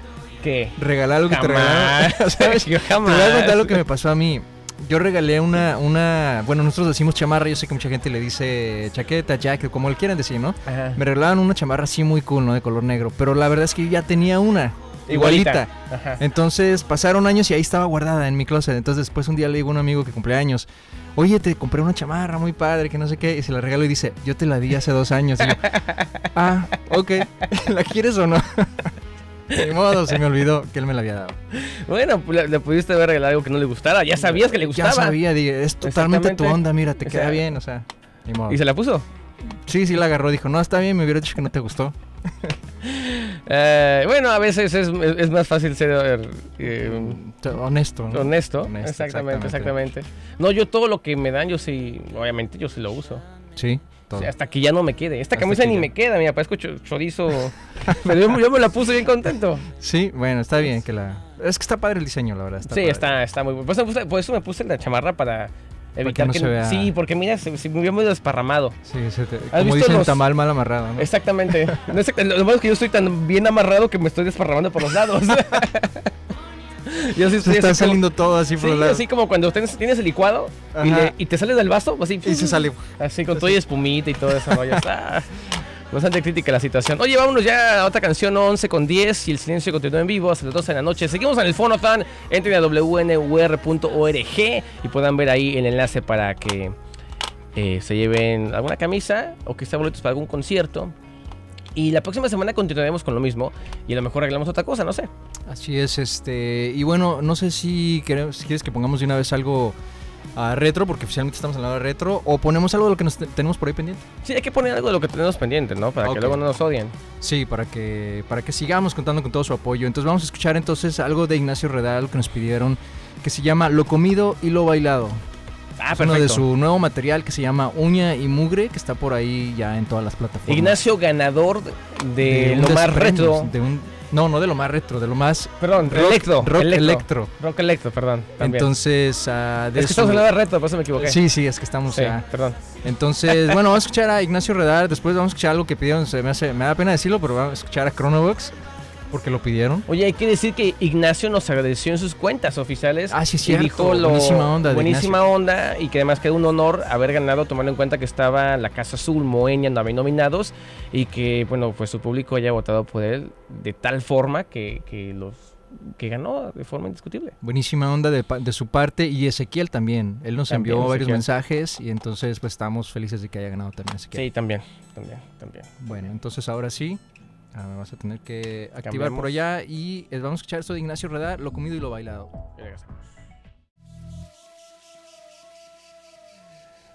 Speaker 1: ¿Qué?
Speaker 2: Regalar algo que te regalaron.
Speaker 1: Jamás. Yo
Speaker 2: Te
Speaker 1: jamás.
Speaker 2: voy a contar lo que me pasó a mí. Yo regalé una, una, bueno, nosotros decimos chamarra, yo sé que mucha gente le dice chaqueta, jacket, como le quieran decir, ¿no?
Speaker 1: Ajá.
Speaker 2: Me regalaron una chamarra así muy cool, ¿no? De color negro, pero la verdad es que yo ya tenía una, igualita.
Speaker 1: Ajá.
Speaker 2: Entonces pasaron años y ahí estaba guardada en mi closet. Entonces después un día le digo a un amigo que cumplía años, oye, te compré una chamarra muy padre, que no sé qué, y se la regalo y dice, yo te la di hace dos años. Y yo, ah, ok, ¿la quieres o no? De modo, se me olvidó que él me la había dado.
Speaker 1: Bueno, pues, le, le pudiste haber regalado algo que no le gustara. Ya sabías que le gustaba.
Speaker 2: Ya sabía, dije, es totalmente tu
Speaker 1: Exactamente.
Speaker 2: onda, mira, te
Speaker 1: O
Speaker 2: queda
Speaker 1: sea,
Speaker 2: bien, o sea. ni modo.
Speaker 1: Y se la puso.
Speaker 2: Sí, sí la agarró, dijo, no, está bien, me hubiera dicho que no te gustó.
Speaker 1: Eh, bueno, a veces es, es más fácil ser eh, eh,
Speaker 2: Honesto. ¿no?
Speaker 1: honesto.
Speaker 2: Honesto,
Speaker 1: Exactamente,
Speaker 2: exactamente.
Speaker 1: exactamente. No, yo todo lo que me dan, yo sí, obviamente yo sí lo uso.
Speaker 2: Sí,
Speaker 1: O
Speaker 2: todo.
Speaker 1: sea, hasta que ya no me quede. Esta
Speaker 2: Hasta
Speaker 1: camisa
Speaker 2: que
Speaker 1: ni
Speaker 2: ya.
Speaker 1: me queda, mira, parezco cho- chorizo. Pero yo, yo me la puse bien contento.
Speaker 2: Sí, bueno, está bien que la... Es que está padre el diseño, la verdad. Está
Speaker 1: sí,
Speaker 2: padre.
Speaker 1: está, está muy pues, bueno. Por eso, me puse- por eso me puse la chamarra para evitar
Speaker 2: no
Speaker 1: que...
Speaker 2: se vea.
Speaker 1: Sí, porque mira, se, se me vio medio desparramado.
Speaker 2: Sí, se te-
Speaker 1: ¿Has
Speaker 2: como
Speaker 1: visto
Speaker 2: dicen,
Speaker 1: los-
Speaker 2: tamal mal amarrado, ¿no?
Speaker 1: Exactamente. No es- lo malo es que yo estoy tan bien amarrado que me estoy desparramando por los lados. yo sí estoy
Speaker 2: este Se está
Speaker 1: así como-
Speaker 2: saliendo todo así por
Speaker 1: Sí,
Speaker 2: los lados.
Speaker 1: así como cuando tienes, tienes el licuado y,
Speaker 2: Ajá.
Speaker 1: le- y te sales del vaso, pues, así.
Speaker 2: Y se sale.
Speaker 1: Así con todo y espumita y todo eso. rollo. Ah, Bastante crítica la situación. Oye, vámonos ya a otra canción 11 con 10 y el silencio continúa en vivo hasta las 12 de la noche. Seguimos en el Fonotan. Entren a wnur.org y puedan ver ahí el enlace para que eh, se lleven alguna camisa o que sea boletos para algún concierto. Y la próxima semana continuaremos con lo mismo y a lo mejor arreglamos otra cosa, no sé.
Speaker 2: Así es, este. Y bueno, no sé si, queremos, si quieres que pongamos de una vez algo a retro, porque oficialmente estamos hablando de retro, o ponemos algo de lo que nos te- tenemos por ahí pendiente.
Speaker 1: Sí, hay que poner algo de lo que tenemos pendiente, ¿no? Para
Speaker 2: Ok.
Speaker 1: que luego no nos odien.
Speaker 2: Sí, para que, para que sigamos contando con todo su apoyo. Entonces vamos a escuchar entonces algo de Ignacio Redal que nos pidieron, que se llama Lo comido y lo bailado.
Speaker 1: Ah,
Speaker 2: Es uno de su nuevo material que se llama Uña y Mugre, que está por ahí ya en todas las plataformas.
Speaker 1: Ignacio ganador de,
Speaker 2: un
Speaker 1: lo más
Speaker 2: desprendos,
Speaker 1: retro.
Speaker 2: de un- no, no de lo más retro, de lo más
Speaker 1: Perdón, electro.
Speaker 2: rock electro.
Speaker 1: Rock electro, perdón. También.
Speaker 2: Entonces, ah, de
Speaker 1: es que
Speaker 2: su-
Speaker 1: estamos hablando de retro, por eso me equivoqué.
Speaker 2: Sí, sí, es que estamos
Speaker 1: Sí,
Speaker 2: ya.
Speaker 1: perdón.
Speaker 2: Entonces, bueno, vamos a escuchar a Ignacio Redar, después vamos a escuchar algo que pidieron, se me, hace, me da pena decirlo, pero vamos a escuchar a Chronobox, porque lo pidieron.
Speaker 1: Oye, hay que decir que Ignacio nos agradeció en sus cuentas oficiales.
Speaker 2: Ah, sí, es
Speaker 1: y
Speaker 2: cierto,
Speaker 1: dijo lo-
Speaker 2: buenísima onda de
Speaker 1: Buenísima onda. Y que además que era un honor haber ganado, tomando en cuenta que estaba la Casa Azul, Moenia, también nominados. Y que, bueno, pues su público haya votado por él de tal forma que, que los que ganó de forma indiscutible.
Speaker 2: Buenísima onda de, pa- de su parte y Ezequiel también. Él nos
Speaker 1: También,
Speaker 2: envió varios
Speaker 1: Ezequiel.
Speaker 2: mensajes y entonces pues estamos felices de que haya ganado también Ezequiel.
Speaker 1: Sí, también, también, también.
Speaker 2: Bueno, entonces ahora sí, ah, me vas a tener que activar
Speaker 1: Cambiamos.
Speaker 2: por allá y eh, vamos a escuchar esto de Ignacio Redar, lo comido y lo bailado.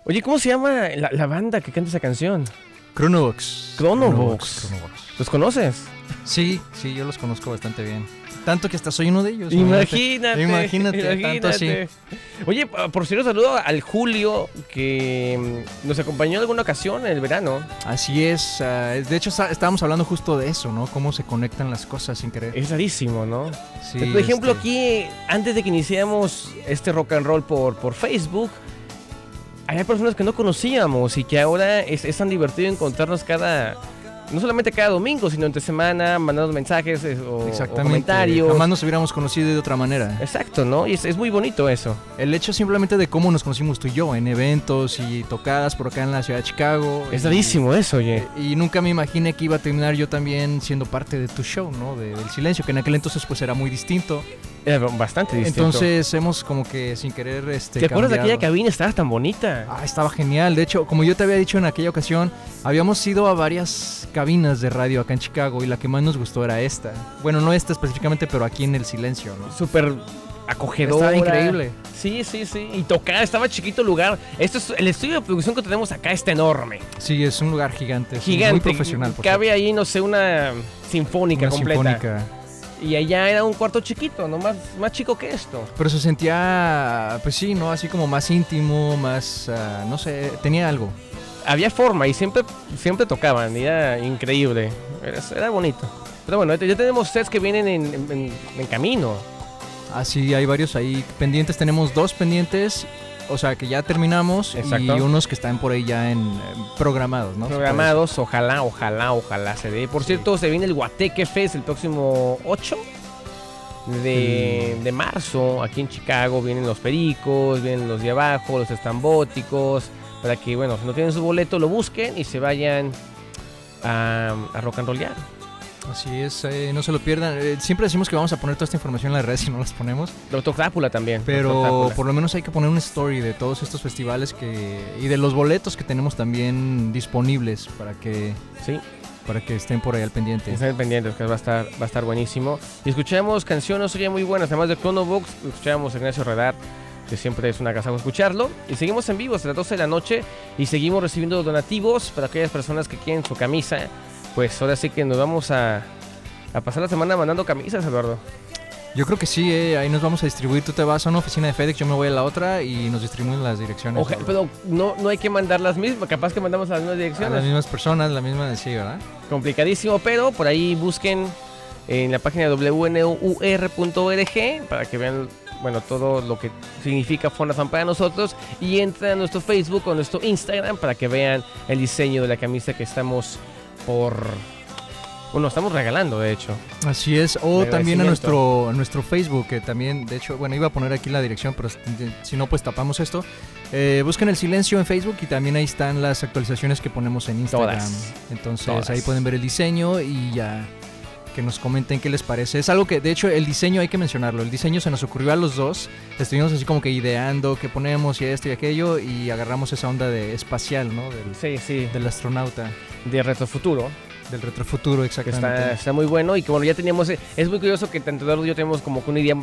Speaker 1: Oye, ¿cómo se llama la, la banda que canta esa canción?
Speaker 2: Chronobox.
Speaker 1: Chronobox.
Speaker 2: Chronobox.
Speaker 1: ¿Los conoces?
Speaker 2: Sí, sí, yo los conozco bastante bien. Tanto que hasta soy uno de ellos.
Speaker 1: Imagínate.
Speaker 2: Imagínate, tanto así.
Speaker 1: Oye, pa- por cierto, saludo al Julio que mm, nos acompañó en alguna ocasión en el verano.
Speaker 2: Así es. ah, de hecho, está- estábamos hablando justo de eso, ¿no? Cómo se conectan las cosas sin querer.
Speaker 1: Es rarísimo, ¿no?
Speaker 2: Sí,
Speaker 1: Eh, por ejemplo,
Speaker 2: este,
Speaker 1: aquí, antes de que iniciáramos este rock and roll por, por Facebook, había personas que no conocíamos y que ahora es, es tan divertido encontrarnos cada, no solamente cada domingo, sino entre semana, mandando mensajes eh, o, o
Speaker 2: Exactamente.
Speaker 1: comentarios.
Speaker 2: Jamás nos hubiéramos conocido de otra manera.
Speaker 1: Exacto, ¿no? Y es, es muy bonito eso.
Speaker 2: El hecho simplemente de cómo nos conocimos tú y yo en eventos y tocadas por acá en la ciudad de Chicago.
Speaker 1: Es
Speaker 2: y-
Speaker 1: rarísimo eso, oye.
Speaker 2: Eh, Y nunca me imaginé que iba a terminar yo también siendo parte de tu show, ¿no? De- del silencio, que en aquel entonces pues era muy distinto.
Speaker 1: Era bastante distinto.
Speaker 2: Entonces hemos como que sin querer este.
Speaker 1: ¿Te acuerdas de aquella
Speaker 2: cambiado.
Speaker 1: cabina? Estaba tan bonita.
Speaker 2: Ah, estaba genial. De hecho, como yo te había dicho en aquella ocasión, habíamos ido a varias cabinas de radio acá en Chicago y la que más nos gustó era esta. Bueno, no esta específicamente, pero aquí en el silencio, ¿no?
Speaker 1: Súper acogedora.
Speaker 2: Estaba increíble.
Speaker 1: Sí, sí, sí. Y tocar, estaba chiquito el lugar. Esto es, el estudio de producción que tenemos acá está enorme.
Speaker 2: Sí, es un lugar gigante. es
Speaker 1: Gigante.
Speaker 2: Muy profesional. por
Speaker 1: Cabe ahí, no sé, una
Speaker 2: cierto.
Speaker 1: sinfónica
Speaker 2: Una
Speaker 1: completa.
Speaker 2: sinfónica.
Speaker 1: Y allá era un cuarto chiquito, no más, más chico que esto.
Speaker 2: Pero se sentía, pues sí, ¿no? Así como más íntimo, más, ah, no sé, tenía algo.
Speaker 1: Había forma y siempre, siempre tocaban. Y era increíble. Era, era bonito. Pero bueno, ya tenemos sets que vienen en, en- en- en camino.
Speaker 2: Así hay varios ahí pendientes. Tenemos dos pendientes, o sea, que ya terminamos
Speaker 1: Exacto.
Speaker 2: y unos que están por ahí ya en eh, programados, ¿no?
Speaker 1: programados. Ojalá, ojalá, ojalá se dé. Por cierto, se viene el Guateque Fest el próximo 8
Speaker 2: Mm.
Speaker 1: de, de marzo. Aquí en Chicago vienen los pericos, vienen los de abajo, los estambóticos. Para que, bueno, si no tienen su boleto, lo busquen y se vayan a, a rock and rollear.
Speaker 2: Así es, eh, no se lo pierdan. Eh, siempre decimos que vamos a poner toda esta información en las redes y no las ponemos,
Speaker 1: Doctor Drácula también. Dr.
Speaker 2: pero
Speaker 1: Drácula.
Speaker 2: por lo menos hay que poner una story de todos estos festivales que y de los boletos que tenemos también disponibles para que
Speaker 1: Sí,
Speaker 2: para que estén por ahí al pendiente.
Speaker 1: estén pendientes, que va a estar, va a estar buenísimo. Y escuchamos canciones hoy muy buenas, además de Chronobox, escuchamos a Ignacio Redar, que siempre es una casa escucharlo. Y seguimos en vivo hasta las 12 de la noche y seguimos recibiendo donativos para aquellas personas que quieren su camisa. Pues ahora sí que nos vamos a, a pasar la semana mandando camisas, Eduardo.
Speaker 2: Yo creo que sí, eh, ahí nos vamos a distribuir. Tú te vas a una oficina de FedEx, yo me voy a la otra y nos distribuimos las direcciones.
Speaker 1: Oje- pero no, no hay que mandar las mismas, capaz que mandamos a las mismas
Speaker 2: a las
Speaker 1: direcciones.
Speaker 2: mismas personas, la misma, sí, ¿verdad?
Speaker 1: complicadísimo, pero por ahí busquen en la página wnur.org para que vean bueno, todo lo que significa Fonafan para nosotros y entra a nuestro Facebook o nuestro Instagram para que vean el diseño de la camisa que estamos por bueno, estamos regalando de hecho.
Speaker 2: Así es, o
Speaker 1: De
Speaker 2: también a
Speaker 1: agradecimiento.
Speaker 2: nuestro, a nuestro Facebook, que también, de hecho, bueno, iba a poner aquí la dirección, pero s- de- si no, pues tapamos esto. Eh, busquen el silencio en Facebook y también ahí están las actualizaciones que ponemos en Instagram.
Speaker 1: Todas.
Speaker 2: Entonces
Speaker 1: Todas.
Speaker 2: ahí pueden ver el diseño y ya que nos comenten qué les parece. Es algo que, de hecho, el diseño hay que mencionarlo. El diseño se nos ocurrió a los dos. Estuvimos así como que ideando qué ponemos y esto y aquello y agarramos esa onda de espacial, ¿no? Del,
Speaker 1: Sí, sí,
Speaker 2: del astronauta,
Speaker 1: de Reto Futuro,
Speaker 2: del retrofuturo,
Speaker 1: que está,
Speaker 2: exactamente.
Speaker 1: está muy bueno y que bueno, ya teníamos, eh, es muy curioso que tanto Eduardo y yo tenemos como que una idea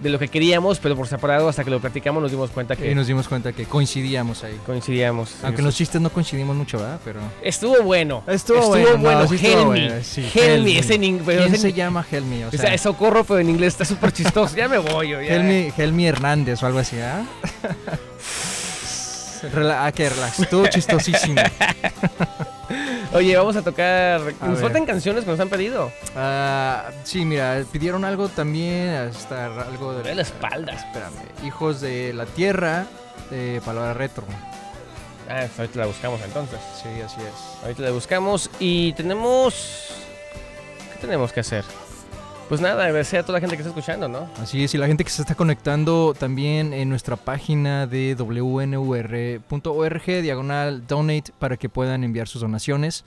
Speaker 1: de lo que queríamos, pero por separado hasta que lo platicamos nos dimos cuenta que
Speaker 2: Y nos Ah, dimos cuenta que coincidíamos ahí.
Speaker 1: coincidíamos.
Speaker 2: Aunque en los chistes no coincidimos mucho, ¿verdad? Pero.
Speaker 1: Estuvo bueno.
Speaker 2: Estuvo bueno, no, sí estuvo
Speaker 1: Helmi.
Speaker 2: bueno, sí,
Speaker 1: Helmi,
Speaker 2: Helmi.
Speaker 1: es en inglés.
Speaker 2: ¿Quién se llama Helmi? O sea,
Speaker 1: socorro, pero en inglés está súper chistoso. ya me voy yo. ya.
Speaker 2: Helmi, Helmi Hernández o algo así, ¿ah? Rela- ah, que relax. Estuvo chistosísimo.
Speaker 1: Oye, vamos a tocar.
Speaker 2: A
Speaker 1: nos
Speaker 2: ver.
Speaker 1: faltan canciones que nos han pedido.
Speaker 2: Ah, sí, mira, pidieron algo también. Hasta algo
Speaker 1: Me duele
Speaker 2: de.
Speaker 1: la espalda.
Speaker 2: Espérame. Hijos de la Tierra, de Palabra Retro.
Speaker 1: Ah, ahorita la buscamos entonces.
Speaker 2: Sí, así es.
Speaker 1: Ahorita la buscamos y tenemos. ¿Qué tenemos que hacer? Pues nada, agradecer a toda la gente que está escuchando, ¿no?
Speaker 2: Así es, y la gente que se está conectando también en nuestra página de wnur.org, diagonal donate, para que puedan enviar sus donaciones.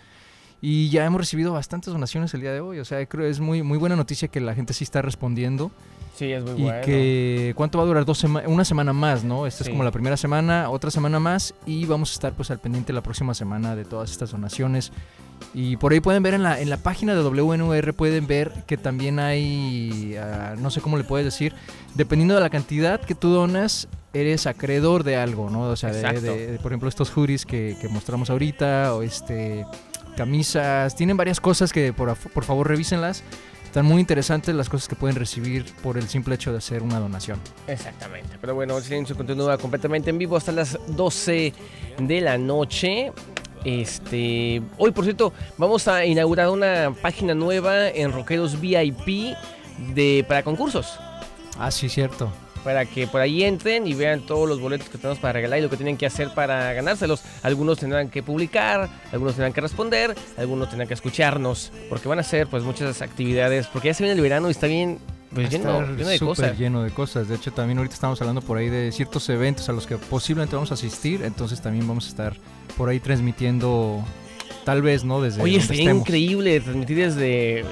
Speaker 2: Y ya hemos recibido bastantes donaciones el día de hoy, o sea, creo que es muy, muy buena noticia que la gente sí está respondiendo.
Speaker 1: Sí, es muy
Speaker 2: y
Speaker 1: bueno.
Speaker 2: que, ¿cuánto va a durar? Dos sema- una semana más, ¿no? Esta
Speaker 1: Sí.
Speaker 2: es como la primera semana, otra semana más, y vamos a estar pues al pendiente la próxima semana de todas estas donaciones. Y por ahí pueden ver en la, en la página de WNUR, pueden ver que también hay, ah, no sé cómo le puedes decir, dependiendo de la cantidad que tú donas, eres acreedor de algo, ¿no? O sea, de-
Speaker 1: Exacto.
Speaker 2: de- de, por ejemplo, estos hoodies que, que mostramos ahorita, o este, camisas, tienen varias cosas que por, af- por favor revísenlas. Están muy interesantes las cosas que pueden recibir por el simple hecho de hacer una donación.
Speaker 1: Exactamente. Pero bueno, el silencio continúa completamente en vivo hasta las 12 de la noche. Este, hoy por cierto, vamos a inaugurar una página nueva en Roqueros VIP de para concursos.
Speaker 2: Ah, sí, cierto.
Speaker 1: para que por ahí entren y vean todos los boletos que tenemos para regalar y lo que tienen que hacer para ganárselos. Algunos tendrán que publicar, algunos tendrán que responder, algunos tendrán que escucharnos, porque van a hacer pues muchas actividades, porque ya se viene el verano y está bien pues, lleno, lleno de cosas.
Speaker 2: lleno de cosas. De hecho, también ahorita estamos hablando por ahí de ciertos eventos a los que posiblemente vamos a asistir. Entonces también vamos a estar por ahí transmitiendo, tal vez, ¿no? Desde
Speaker 1: Oye,
Speaker 2: donde
Speaker 1: está
Speaker 2: estemos.
Speaker 1: increíble transmitir desde,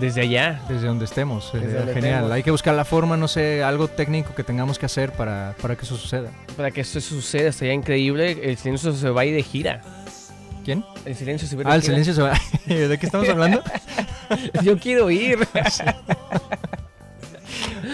Speaker 1: desde allá.
Speaker 2: Desde donde estemos.
Speaker 1: Desde
Speaker 2: eh,
Speaker 1: donde
Speaker 2: genial.
Speaker 1: estemos.
Speaker 2: Hay que buscar la forma, no sé, algo técnico que tengamos que hacer para, para que eso suceda.
Speaker 1: Para que esto suceda, estaría increíble. El silencio se va a ir de gira.
Speaker 2: ¿Quién?
Speaker 1: El silencio se va a ir
Speaker 2: Ah,
Speaker 1: de
Speaker 2: el
Speaker 1: gira.
Speaker 2: silencio se va. ¿De qué estamos hablando?
Speaker 1: Yo quiero ir.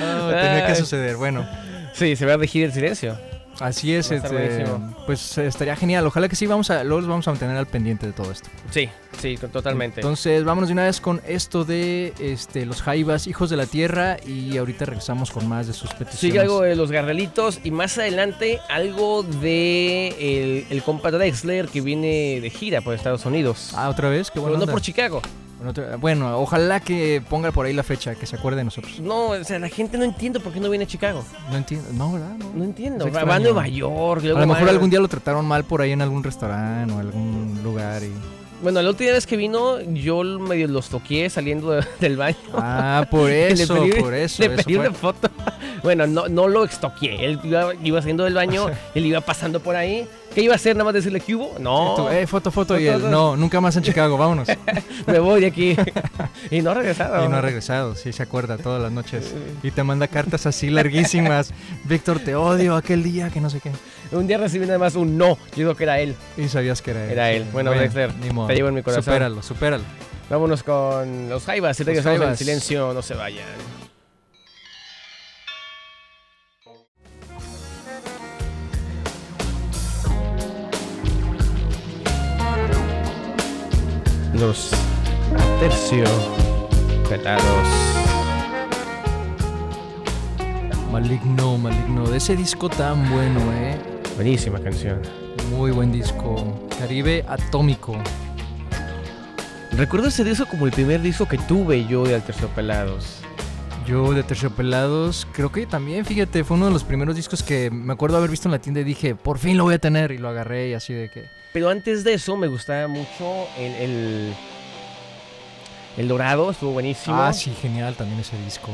Speaker 2: Ah, tenía que suceder. Bueno.
Speaker 1: sí, se va a ir de gira el silencio.
Speaker 2: Así es,
Speaker 1: Va a estar
Speaker 2: este,
Speaker 1: buenísimo.
Speaker 2: pues estaría genial. Ojalá que sí, vamos a, luego los vamos a mantener al pendiente de todo esto.
Speaker 1: Sí, sí, to- totalmente.
Speaker 2: Entonces, vámonos de una vez con esto de este, los Jaivas, hijos de la tierra, y ahorita regresamos con más de sus peticiones.
Speaker 1: Sigue algo eh. de los Gardelitos y más adelante algo de el, el compa Drexler que viene de gira por Estados Unidos.
Speaker 2: Ah, otra vez, qué
Speaker 1: Pero
Speaker 2: bueno.
Speaker 1: no por Chicago.
Speaker 2: Bueno, ojalá que ponga por ahí la fecha, que se acuerde de nosotros.
Speaker 1: No, o sea, la gente no entiende por qué no viene a Chicago.
Speaker 2: No entiendo, no, ¿verdad? No.
Speaker 1: No entiendo.
Speaker 2: Es
Speaker 1: Va, va a
Speaker 2: extraño.
Speaker 1: Nueva York.
Speaker 2: A lo mejor algún día lo trataron mal por ahí en algún restaurante o algún lugar y...
Speaker 1: Bueno, la última vez que vino, yo medio los toqué saliendo de- del baño.
Speaker 2: Ah, por
Speaker 1: Le
Speaker 2: eso,
Speaker 1: pedí-
Speaker 2: por eso.
Speaker 1: Le
Speaker 2: eso
Speaker 1: pedí
Speaker 2: fue.
Speaker 1: una foto. Bueno, no, no lo estoqué. Él iba, iba saliendo del baño, él iba pasando por ahí. ¿Qué iba a hacer? Nada más decirle que hubo.
Speaker 2: Y tú,
Speaker 1: No,
Speaker 2: eh, foto, foto, y
Speaker 1: Foto,
Speaker 2: él,
Speaker 1: foto.
Speaker 2: no, nunca más en Chicago, vámonos.
Speaker 1: me voy de aquí. y no regresaron.
Speaker 2: Y no ha regresado, sí se acuerda todas las noches. Y te manda cartas así larguísimas. Víctor, te odio aquel día, que no sé qué.
Speaker 1: Un día recibí nada más un no. Yo digo que era él.
Speaker 2: Y sabías que era él.
Speaker 1: Era él. Bueno, Dexter,
Speaker 2: ni modo.
Speaker 1: te llevo en mi corazón.
Speaker 2: Supéralo, supéralo.
Speaker 1: Vámonos con los Jaivas. Si regresamos en
Speaker 2: Jaivas.
Speaker 1: silencio, no se vayan. Los tercio petados.
Speaker 2: Maligno, maligno. De ese disco tan bueno, eh.
Speaker 1: Buenísima canción.
Speaker 2: Muy buen disco. Caribe Atómico.
Speaker 1: Recuerdo ese disco como el primer disco que tuve yo de Alterciopelados.
Speaker 2: Yo de Terciopelados, creo que también, fíjate, fue uno de los primeros discos que me acuerdo haber visto en la tienda y dije, por fin lo voy a tener. Y lo agarré y así de que.
Speaker 1: Pero antes de eso me gustaba mucho el... El, El Dorado, estuvo buenísimo.
Speaker 2: Ah, sí, genial también ese disco.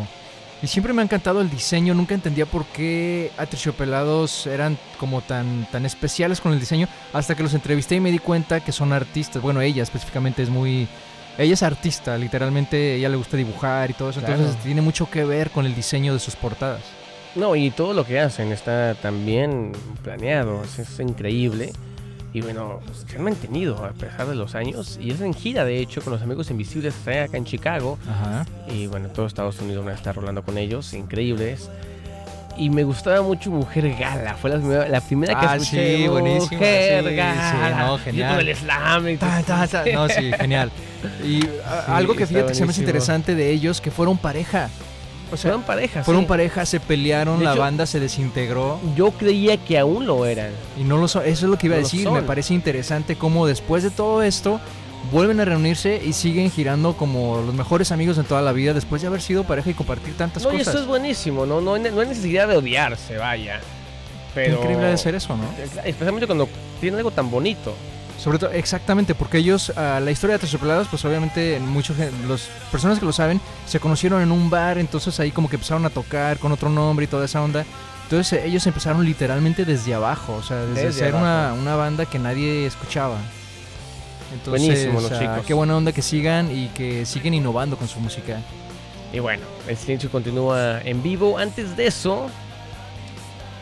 Speaker 2: Y siempre me ha encantado el diseño, nunca entendía por qué Aterciopelados eran como tan, tan especiales con el diseño, hasta que los entrevisté y me di cuenta que son artistas. Bueno, ella específicamente es muy... Ella es artista, literalmente, ella le gusta dibujar y todo eso,
Speaker 1: Claro.
Speaker 2: entonces tiene mucho que ver con el diseño de sus portadas.
Speaker 1: No, y todo lo que hacen está también planeado, es, es increíble. Y bueno, pues, se han mantenido a pesar de los años. Y es en gira, de hecho, con los Amigos Invisibles, está acá en Chicago.
Speaker 2: Ajá.
Speaker 1: Y bueno, todo Estados Unidos van a estar rolando con ellos, increíbles. Y me gustaba mucho Mujer Gala, fue la, primera- la primera que
Speaker 2: Ah,
Speaker 1: escuché.
Speaker 2: sí, buenísima,
Speaker 1: Mujer
Speaker 2: sí, sí,
Speaker 1: Gala.
Speaker 2: no,
Speaker 1: Y
Speaker 2: genial. Ah,
Speaker 1: todo el slam y todo.
Speaker 2: Ta, ta, ta. No, sí, genial. Y a-
Speaker 1: Sí,
Speaker 2: algo que
Speaker 1: está
Speaker 2: fíjate, se me hace
Speaker 1: buenísimo.
Speaker 2: interesante de ellos, que fueron pareja. O sea,
Speaker 1: Fueron parejas.
Speaker 2: fueron pareja, se pelearon,
Speaker 1: De
Speaker 2: la
Speaker 1: hecho-
Speaker 2: banda se desintegró.
Speaker 1: Yo creía que aún lo eran.
Speaker 2: Y no lo son. Eso es lo que iba a
Speaker 1: No lo
Speaker 2: decir.
Speaker 1: son.
Speaker 2: Me parece interesante cómo después de todo esto vuelven a reunirse y siguen girando como los mejores amigos en toda la vida después de haber sido pareja y compartir tantas
Speaker 1: No, y
Speaker 2: cosas.
Speaker 1: eso es buenísimo, no, no, hay ne- no hay necesidad de odiarse, vaya. Pero...
Speaker 2: Increíble de ser eso, ¿no?
Speaker 1: Especialmente cuando tiene algo tan bonito.
Speaker 2: Sobre todo, exactamente, porque ellos, ah, la historia de Aterciopelados, pues obviamente muchos, las personas que lo saben, se conocieron en un bar, entonces ahí como que empezaron a tocar con otro nombre y toda esa onda. Entonces eh, ellos empezaron literalmente desde abajo, o sea, desde,
Speaker 1: Desde
Speaker 2: ser una, una banda que nadie escuchaba. Entonces,
Speaker 1: Buenísimo, los
Speaker 2: ah,
Speaker 1: chicos.
Speaker 2: qué buena onda que sigan y que siguen innovando con su música.
Speaker 1: Y bueno, el silencio continúa en vivo. Antes de eso,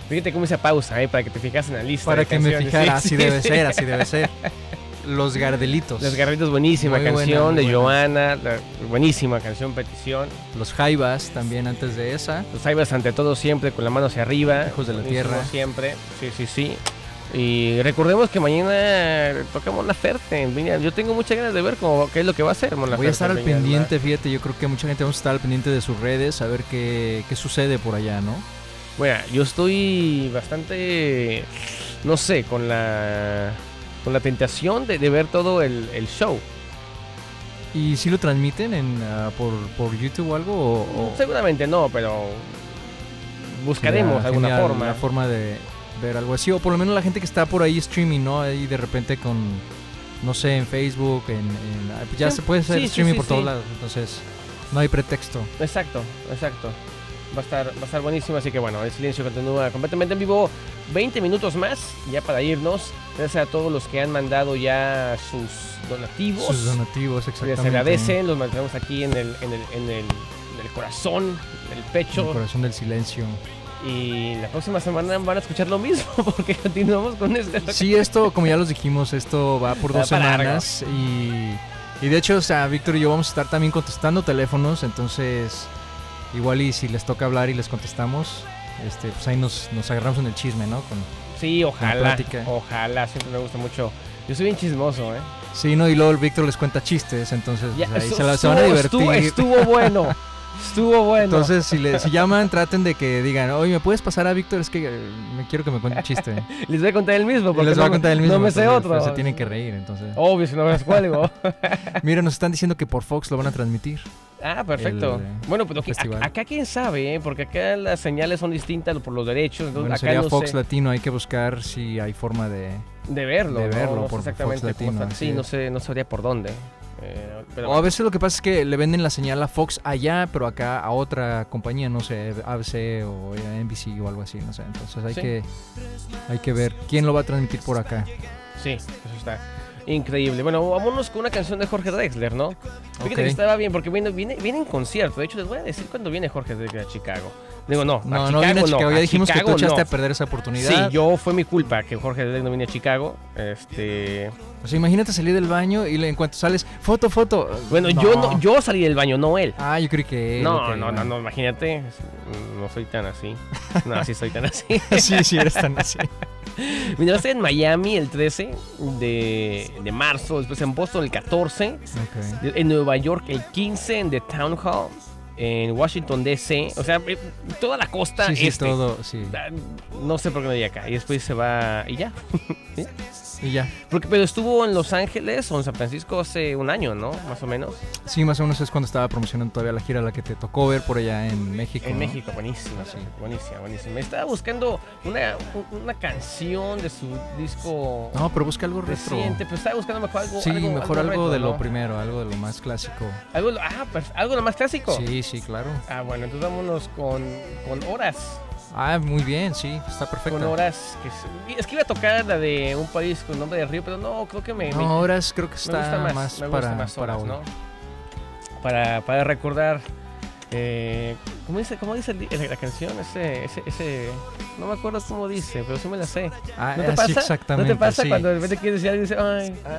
Speaker 1: fíjate cómo hice pausa, ¿eh? Para que te fijas en la lista.
Speaker 2: Para
Speaker 1: de
Speaker 2: que me
Speaker 1: canciones.
Speaker 2: fijara,
Speaker 1: Sí,
Speaker 2: así
Speaker 1: sí,
Speaker 2: debe
Speaker 1: sí.
Speaker 2: ser, así debe ser. Los Gardelitos,
Speaker 1: Los Garritos, buenísima
Speaker 2: Muy buena,
Speaker 1: canción
Speaker 2: muy
Speaker 1: de
Speaker 2: buena.
Speaker 1: Joana, la- buenísima canción, petición.
Speaker 2: los Jaivas también antes de esa.
Speaker 1: Los Ibers ante todo siempre con la mano hacia arriba.
Speaker 2: Hijos de la
Speaker 1: Buenísimo
Speaker 2: tierra.
Speaker 1: Siempre, sí, sí, sí. Y recordemos que mañana tocamos la Ferte en Viña. Yo tengo muchas ganas de ver cómo, qué es lo que va a hacer Mon
Speaker 2: Voy a
Speaker 1: Laferte
Speaker 2: estar
Speaker 1: en
Speaker 2: al
Speaker 1: Viña del Mar.
Speaker 2: pendiente, fíjate, yo creo que mucha gente vamos a estar al pendiente de sus redes, a ver qué, qué sucede por allá, ¿no?
Speaker 1: Bueno, yo estoy bastante, no sé, con la con la tentación de, de ver todo el, el show.
Speaker 2: ¿Y si lo
Speaker 1: Mm,
Speaker 2: transmiten en, ah, por, por YouTube o algo? O, o-
Speaker 1: Seguramente no, pero buscaremos
Speaker 2: Sería
Speaker 1: alguna
Speaker 2: genial
Speaker 1: forma.
Speaker 2: La forma de ver algo así. O por lo menos la gente que está por ahí streaming, ¿no? Ahí de repente con, no sé, en Facebook, en, en- ah, pues ya
Speaker 1: Sí,
Speaker 2: se puede hacer
Speaker 1: sí, sí,
Speaker 2: streaming
Speaker 1: sí,
Speaker 2: por
Speaker 1: sí.
Speaker 2: todos lados. Entonces, no hay pretexto.
Speaker 1: Exacto, exacto. Va a, estar, va a estar buenísimo, así que bueno, el silencio continúa completamente en vivo. 20 minutos más, ya para irnos. Gracias a todos los que han mandado ya sus donativos.
Speaker 2: Sus donativos,
Speaker 1: Les
Speaker 2: exactamente.
Speaker 1: agradecen, los mantenemos aquí en el, en el, en el, en el corazón, en el
Speaker 2: El
Speaker 1: pecho.
Speaker 2: corazón del silencio.
Speaker 1: Y la próxima semana van a escuchar lo mismo, porque continuamos con este.
Speaker 2: Sí, esto, como ya los dijimos, esto va por
Speaker 1: Va
Speaker 2: dos
Speaker 1: para largo.
Speaker 2: semanas. Y, y de hecho, o sea, Víctor y yo vamos a estar también contestando teléfonos. Entonces, igual y si les toca hablar y les contestamos, este, pues ahí nos, nos agarramos en el chisme, ¿no? Con,
Speaker 1: Sí, ojalá.
Speaker 2: plática.
Speaker 1: Ojalá, siempre me gusta mucho. Yo soy bien chismoso, ¿eh?
Speaker 2: Sí, no, y luego el Víctor les cuenta chistes, entonces
Speaker 1: Ya,
Speaker 2: pues, ahí
Speaker 1: estu-
Speaker 2: se, la- se van a
Speaker 1: estuvo-
Speaker 2: divertir.
Speaker 1: Estuvo, estuvo bueno. Estuvo bueno.
Speaker 2: Entonces, si, le, si llaman, traten de que digan, oye, ¿me puedes pasar a Víctor? Es que eh, me quiero que me cuente un chiste.
Speaker 1: Les voy a contar el mismo,
Speaker 2: Y
Speaker 1: porque
Speaker 2: les
Speaker 1: no,
Speaker 2: va a contar el
Speaker 1: me-
Speaker 2: mismo.
Speaker 1: no me sé
Speaker 2: entonces,
Speaker 1: otro. Oh.
Speaker 2: pues, se tienen que reír, entonces.
Speaker 1: Obvio, si no me cuelgo.
Speaker 2: Mira, nos están diciendo que por Fox lo van a transmitir.
Speaker 1: ah, perfecto.
Speaker 2: El, eh,
Speaker 1: bueno, pero que-
Speaker 2: festival.
Speaker 1: a- acá quién sabe, ¿eh? porque acá las señales son distintas por los derechos. Entonces
Speaker 2: Bueno,
Speaker 1: acá
Speaker 2: sería
Speaker 1: no
Speaker 2: Fox
Speaker 1: sé
Speaker 2: Latino, hay que buscar si hay forma de...
Speaker 1: de verlo.
Speaker 2: de
Speaker 1: ¿no?
Speaker 2: verlo
Speaker 1: No sé
Speaker 2: por Fox
Speaker 1: exactamente cómo
Speaker 2: Latino,
Speaker 1: está.
Speaker 2: así
Speaker 1: Sí, no
Speaker 2: es.
Speaker 1: sé, no sabría por dónde. Eh, pero
Speaker 2: O a veces lo que pasa es que le venden la señal a Fox allá, pero acá a otra compañía, no sé, ABC o NBC o algo así, no sé. Entonces hay,
Speaker 1: Sí.
Speaker 2: que, hay que ver quién lo va a transmitir por acá.
Speaker 1: Sí, eso está increíble. Bueno, vámonos con una canción de Jorge Drexler, ¿no? Fíjate
Speaker 2: Ok.
Speaker 1: que estaba bien, porque viene, viene, viene en concierto. De hecho, les voy a decir cuándo viene Jorge Drexler a Chicago. Digo, no,
Speaker 2: No,
Speaker 1: a Chicago
Speaker 2: no viene a Chicago.
Speaker 1: no.
Speaker 2: Ya
Speaker 1: a
Speaker 2: dijimos
Speaker 1: Chicago,
Speaker 2: que tú echaste
Speaker 1: no.
Speaker 2: a perder esa oportunidad.
Speaker 1: Sí, yo fue mi culpa que Jorge Drexler no vine a Chicago. Este,
Speaker 2: O sea, imagínate salir del baño y le- en cuanto sales, foto, foto.
Speaker 1: bueno, yo no, yo salí del baño, no él.
Speaker 2: Ah, yo creí que. él,
Speaker 1: no,
Speaker 2: ok,
Speaker 1: no, no,
Speaker 2: bueno.
Speaker 1: no, imagínate, no soy tan así. No, sí soy tan así.
Speaker 2: sí, sí, eres tan así.
Speaker 1: Mira, va a ser en Miami el 13 de, de marzo, después en Boston el 14,
Speaker 2: Ok.
Speaker 1: en Nueva York el 15 en The Town Hall, en Washington DC, o sea, eh, toda la costa
Speaker 2: Sí, sí,
Speaker 1: este.
Speaker 2: todo, sí.
Speaker 1: Ah, No sé por qué no llegué acá. Y después se va y ya.
Speaker 2: Y ya.
Speaker 1: Porque, pero estuvo en Los Ángeles o en San Francisco hace un año, ¿no? Más o menos.
Speaker 2: Sí, más o menos es cuando estaba promocionando todavía la gira, la que te tocó ver por allá en México.
Speaker 1: En
Speaker 2: ¿no?
Speaker 1: México, buenísima,
Speaker 2: Sí.
Speaker 1: buenísima, buenísima. Estaba buscando una, una canción de su disco
Speaker 2: No, pero busca algo Ah, retro.
Speaker 1: reciente, pero estaba buscando mejor algo.
Speaker 2: Sí, mejor algo,
Speaker 1: retro,
Speaker 2: de lo
Speaker 1: ¿no?
Speaker 2: primero, algo de lo más clásico.
Speaker 1: Algo, lo- ah, per- algo lo más clásico.
Speaker 2: Sí, sí, claro.
Speaker 1: Ah, bueno, entonces vámonos con, con horas.
Speaker 2: Ah, muy bien, sí, está perfecto.
Speaker 1: Con horas. Que es, es que iba a tocar la de un país con nombre de río, pero no, creo que me, me-
Speaker 2: No, horas creo que
Speaker 1: me
Speaker 2: está
Speaker 1: gusta más,
Speaker 2: más,
Speaker 1: me
Speaker 2: para,
Speaker 1: gusta más
Speaker 2: para
Speaker 1: horas,
Speaker 2: hoy.
Speaker 1: ¿no? Para, para recordar. eh, ¿cómo, dice, ¿Cómo dice el- el- la canción? Ese, ese, ese, no me acuerdo cómo dice, pero sí me la sé.
Speaker 2: Ah,
Speaker 1: ¿No te
Speaker 2: así
Speaker 1: pasa?
Speaker 2: exactamente.
Speaker 1: ¿No te pasa
Speaker 2: sí.
Speaker 1: cuando de repente quieres decir algo y dices, ay,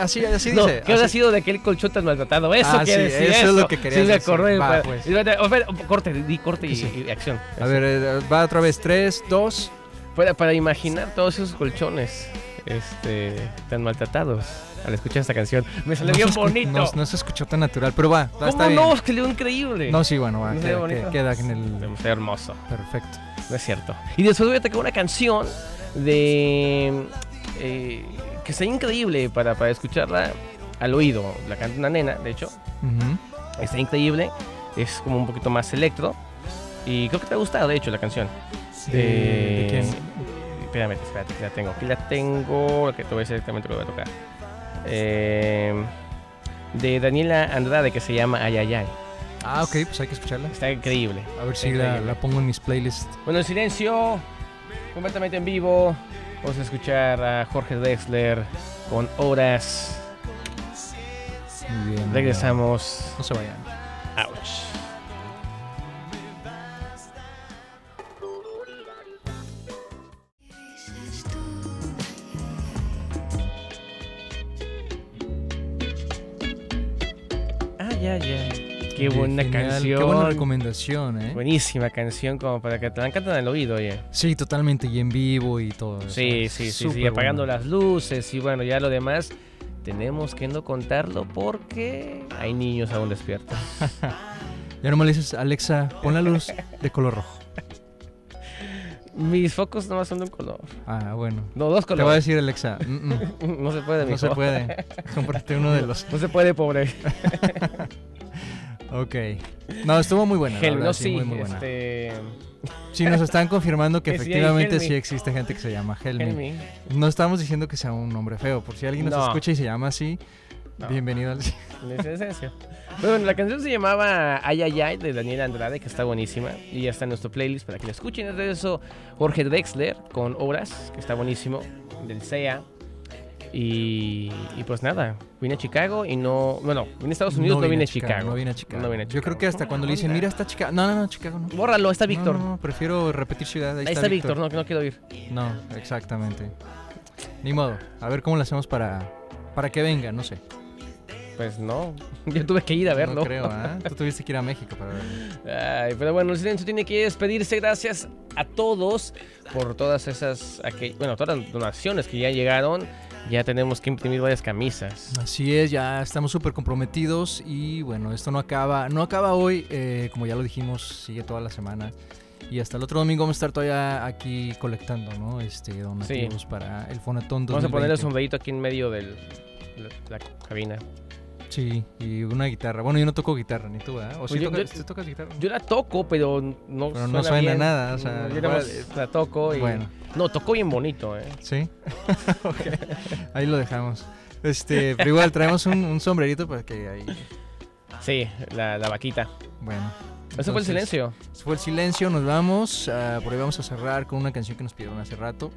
Speaker 2: Ah, así, así
Speaker 1: no,
Speaker 2: dice.
Speaker 1: ¿qué habrá
Speaker 2: así.
Speaker 1: sido de aquel colchón tan maltratado? Eso
Speaker 2: Ah,
Speaker 1: quiere
Speaker 2: sí,
Speaker 1: decir.
Speaker 2: eso es lo que querías
Speaker 1: Sí, me
Speaker 2: decir.
Speaker 1: acordé.
Speaker 2: Va,
Speaker 1: para-
Speaker 2: pues.
Speaker 1: y espérate, espera, corte, di corte y,
Speaker 2: Sí.
Speaker 1: y acción.
Speaker 2: A ver, eh, va otra vez. Tres, dos.
Speaker 1: Para, para imaginar todos esos colchones este, tan maltratados al escuchar esta canción. Me salió
Speaker 2: No
Speaker 1: bien
Speaker 2: se escu-
Speaker 1: bonito.
Speaker 2: No, no se escuchó tan natural, pero va, va,
Speaker 1: ¿Cómo
Speaker 2: está
Speaker 1: no?
Speaker 2: bien.
Speaker 1: Es que le dio increíble.
Speaker 2: No, sí, bueno, va,
Speaker 1: ¿No se ve
Speaker 2: queda,
Speaker 1: bonito?
Speaker 2: queda en el...
Speaker 1: Está hermoso.
Speaker 2: Perfecto.
Speaker 1: No es cierto. Y después voy a tocar una canción de. eh, que está increíble para, para escucharla al oído. La canta una nena, de hecho.
Speaker 2: Ujú.
Speaker 1: Está increíble. Es como un poquito más electro. Y creo que te ha gustado, de hecho, la canción.
Speaker 2: Eh, ¿De quién?
Speaker 1: Espérame, espérate, que la tengo. Aquí la tengo. la Que te voy a decir exactamente lo que voy a tocar. Eh, de Daniela Andrade, que se llama Ay Ay Ay.
Speaker 2: Ah, ok, pues hay que escucharla.
Speaker 1: Está increíble.
Speaker 2: A ver si la, la pongo en mis playlists.
Speaker 1: Bueno, en silencio, completamente en vivo. Vamos a escuchar a Jorge Drexler con horas.
Speaker 2: Muy bien.
Speaker 1: Regresamos.
Speaker 2: No se vayan.
Speaker 1: Ouch. Ay, ay, ay. Qué buena
Speaker 2: Genial,
Speaker 1: canción.
Speaker 2: Qué buena recomendación, ¿eh?
Speaker 1: Buenísima canción, como para que te la encantan al oído, oye.
Speaker 2: Sí, totalmente, y en vivo y todo. o
Speaker 1: Sí,
Speaker 2: sea,
Speaker 1: sí, sí, sí,
Speaker 2: súper
Speaker 1: apagando
Speaker 2: bueno.
Speaker 1: las luces y bueno, ya lo demás tenemos que no contarlo porque hay niños aún despiertos.
Speaker 2: Ya nomás le dices, Alexa, pon la luz de color rojo.
Speaker 1: Mis focos nomás son de un color.
Speaker 2: Ah, bueno.
Speaker 1: No, dos
Speaker 2: Te va a
Speaker 1: colores.
Speaker 2: decir Alexa, "Mm, mm,
Speaker 1: No se puede,
Speaker 2: no
Speaker 1: mijo.
Speaker 2: se puede. Cómprate uno de los.
Speaker 1: No se puede, pobre.
Speaker 2: Ok. No, estuvo muy buena. la
Speaker 1: Helm,
Speaker 2: verdad,
Speaker 1: no,
Speaker 2: sí,
Speaker 1: sí.
Speaker 2: muy, muy buena.
Speaker 1: este,
Speaker 2: Sí, nos están confirmando que
Speaker 1: Que sí hay
Speaker 2: efectivamente
Speaker 1: Helmi.
Speaker 2: sí existe gente que se llama Helmi.
Speaker 1: Helmi.
Speaker 2: No estamos diciendo que sea un nombre feo, por si alguien nos
Speaker 1: No.
Speaker 2: escucha y se llama así,
Speaker 1: No.
Speaker 2: bienvenido al...
Speaker 1: En esa esencia. Pero bueno, la canción se llamaba Ay Ay Ay de Daniel Andrade, que está buenísima. Y ya está en nuestro playlist para que la escuchen. Es de eso Jorge Drexler con Obras, que está buenísimo, del CEA. Y, y pues nada, vine a Chicago y no. Bueno, vine a Estados Unidos, no, vine a Chicago.
Speaker 2: No vine a Chicago.
Speaker 1: No vine a
Speaker 2: Yo creo que hasta cuando le dicen, mira, está Chicago. No, no, no, Chicago no.
Speaker 1: Bórralo, está Víctor.
Speaker 2: No, no, prefiero repetir ciudad. Ahí,
Speaker 1: Ahí está Víctor, no, que no quiero ir.
Speaker 2: No, exactamente. Ni modo. A ver cómo lo hacemos para, para que venga, no sé.
Speaker 1: Pues no, yo tuve que ir a verlo.
Speaker 2: No creo, ¿ah? Tú tuviste que ir a México para verlo.
Speaker 1: Ay, pero bueno, el silencio tiene que despedirse. Gracias a todos por todas esas, aquel- bueno, todas las donaciones que ya llegaron. Ya tenemos que imprimir varias camisas.
Speaker 2: Así es, ya estamos súper comprometidos y bueno, esto no acaba, no acaba hoy, eh, como ya lo dijimos, sigue toda la semana. Y hasta el otro domingo vamos a estar todavía aquí colectando, ¿no? Este, donativos para el Fonatón 2020.
Speaker 1: Vamos a ponerle un dedito aquí en medio del- de la, la cabina.
Speaker 2: Sí, y una guitarra. Bueno, yo no toco guitarra, ni tú, ¿verdad? ¿O sí
Speaker 1: Pues yo-
Speaker 2: tocas,
Speaker 1: yo-
Speaker 2: sí tocas guitarra?
Speaker 1: Yo la toco, pero no
Speaker 2: Pero no suena
Speaker 1: bien.
Speaker 2: nada, o sea,
Speaker 1: yo nada más la toco y.
Speaker 2: Bueno.
Speaker 1: No, tocó bien bonito, ¿eh?
Speaker 2: Sí. Ok. Ahí lo dejamos. Este, pero igual traemos un, un sombrerito para que ahí.
Speaker 1: Sí, la, la vaquita.
Speaker 2: Bueno.
Speaker 1: Eso fue el
Speaker 2: entonces,
Speaker 1: silencio.
Speaker 2: eso fue el silencio, nos vamos. ah, por ahí vamos a cerrar con una canción que nos pidieron hace rato.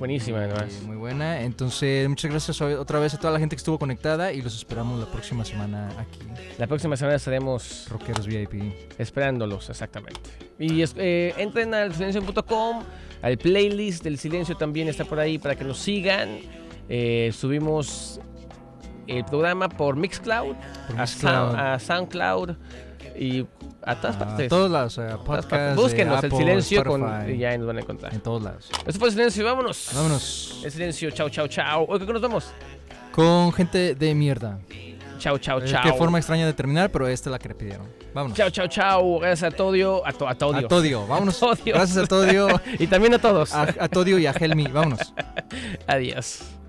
Speaker 1: Buenísima, además.
Speaker 2: eh, muy buena. Entonces, muchas gracias o- otra vez a toda la gente que estuvo conectada y los esperamos la próxima semana aquí,
Speaker 1: La próxima semana estaremos
Speaker 2: Rockeros VIP.
Speaker 1: Esperándolos, exactamente. Y es- eh, entren al silencio.com, al playlist del silencio también está por ahí para que nos sigan. Eh, subimos el programa por Mixcloud,
Speaker 2: Por
Speaker 1: a,
Speaker 2: Mixcloud.
Speaker 1: Sound- a SoundCloud y a todas
Speaker 2: Ah,
Speaker 1: partes.
Speaker 2: todos lados, o sea,
Speaker 1: A todas
Speaker 2: podcast.
Speaker 1: partes.
Speaker 2: de
Speaker 1: Búsquenos el
Speaker 2: Apple,
Speaker 1: silencio con,
Speaker 2: Spotify,
Speaker 1: y ya nos van a encontrar.
Speaker 2: En todos lados.
Speaker 1: Eso fue el silencio, vámonos.
Speaker 2: Vámonos.
Speaker 1: El silencio, chao, chao, chao. Oye, ¿con qué nos vamos?
Speaker 2: Con gente de mierda.
Speaker 1: Chao, chao,
Speaker 2: Es
Speaker 1: Oh, chao.
Speaker 2: Qué forma extraña de terminar, pero esta es la que le pidieron. Vámonos.
Speaker 1: Chao, chao, chao. Gracias a Todio, a, to, a Todio.
Speaker 2: A Todio, vámonos.
Speaker 1: Todio.
Speaker 2: Gracias a Todio,
Speaker 1: y también a todos.
Speaker 2: a, a Todio y a Helmi, vámonos.
Speaker 1: Adiós.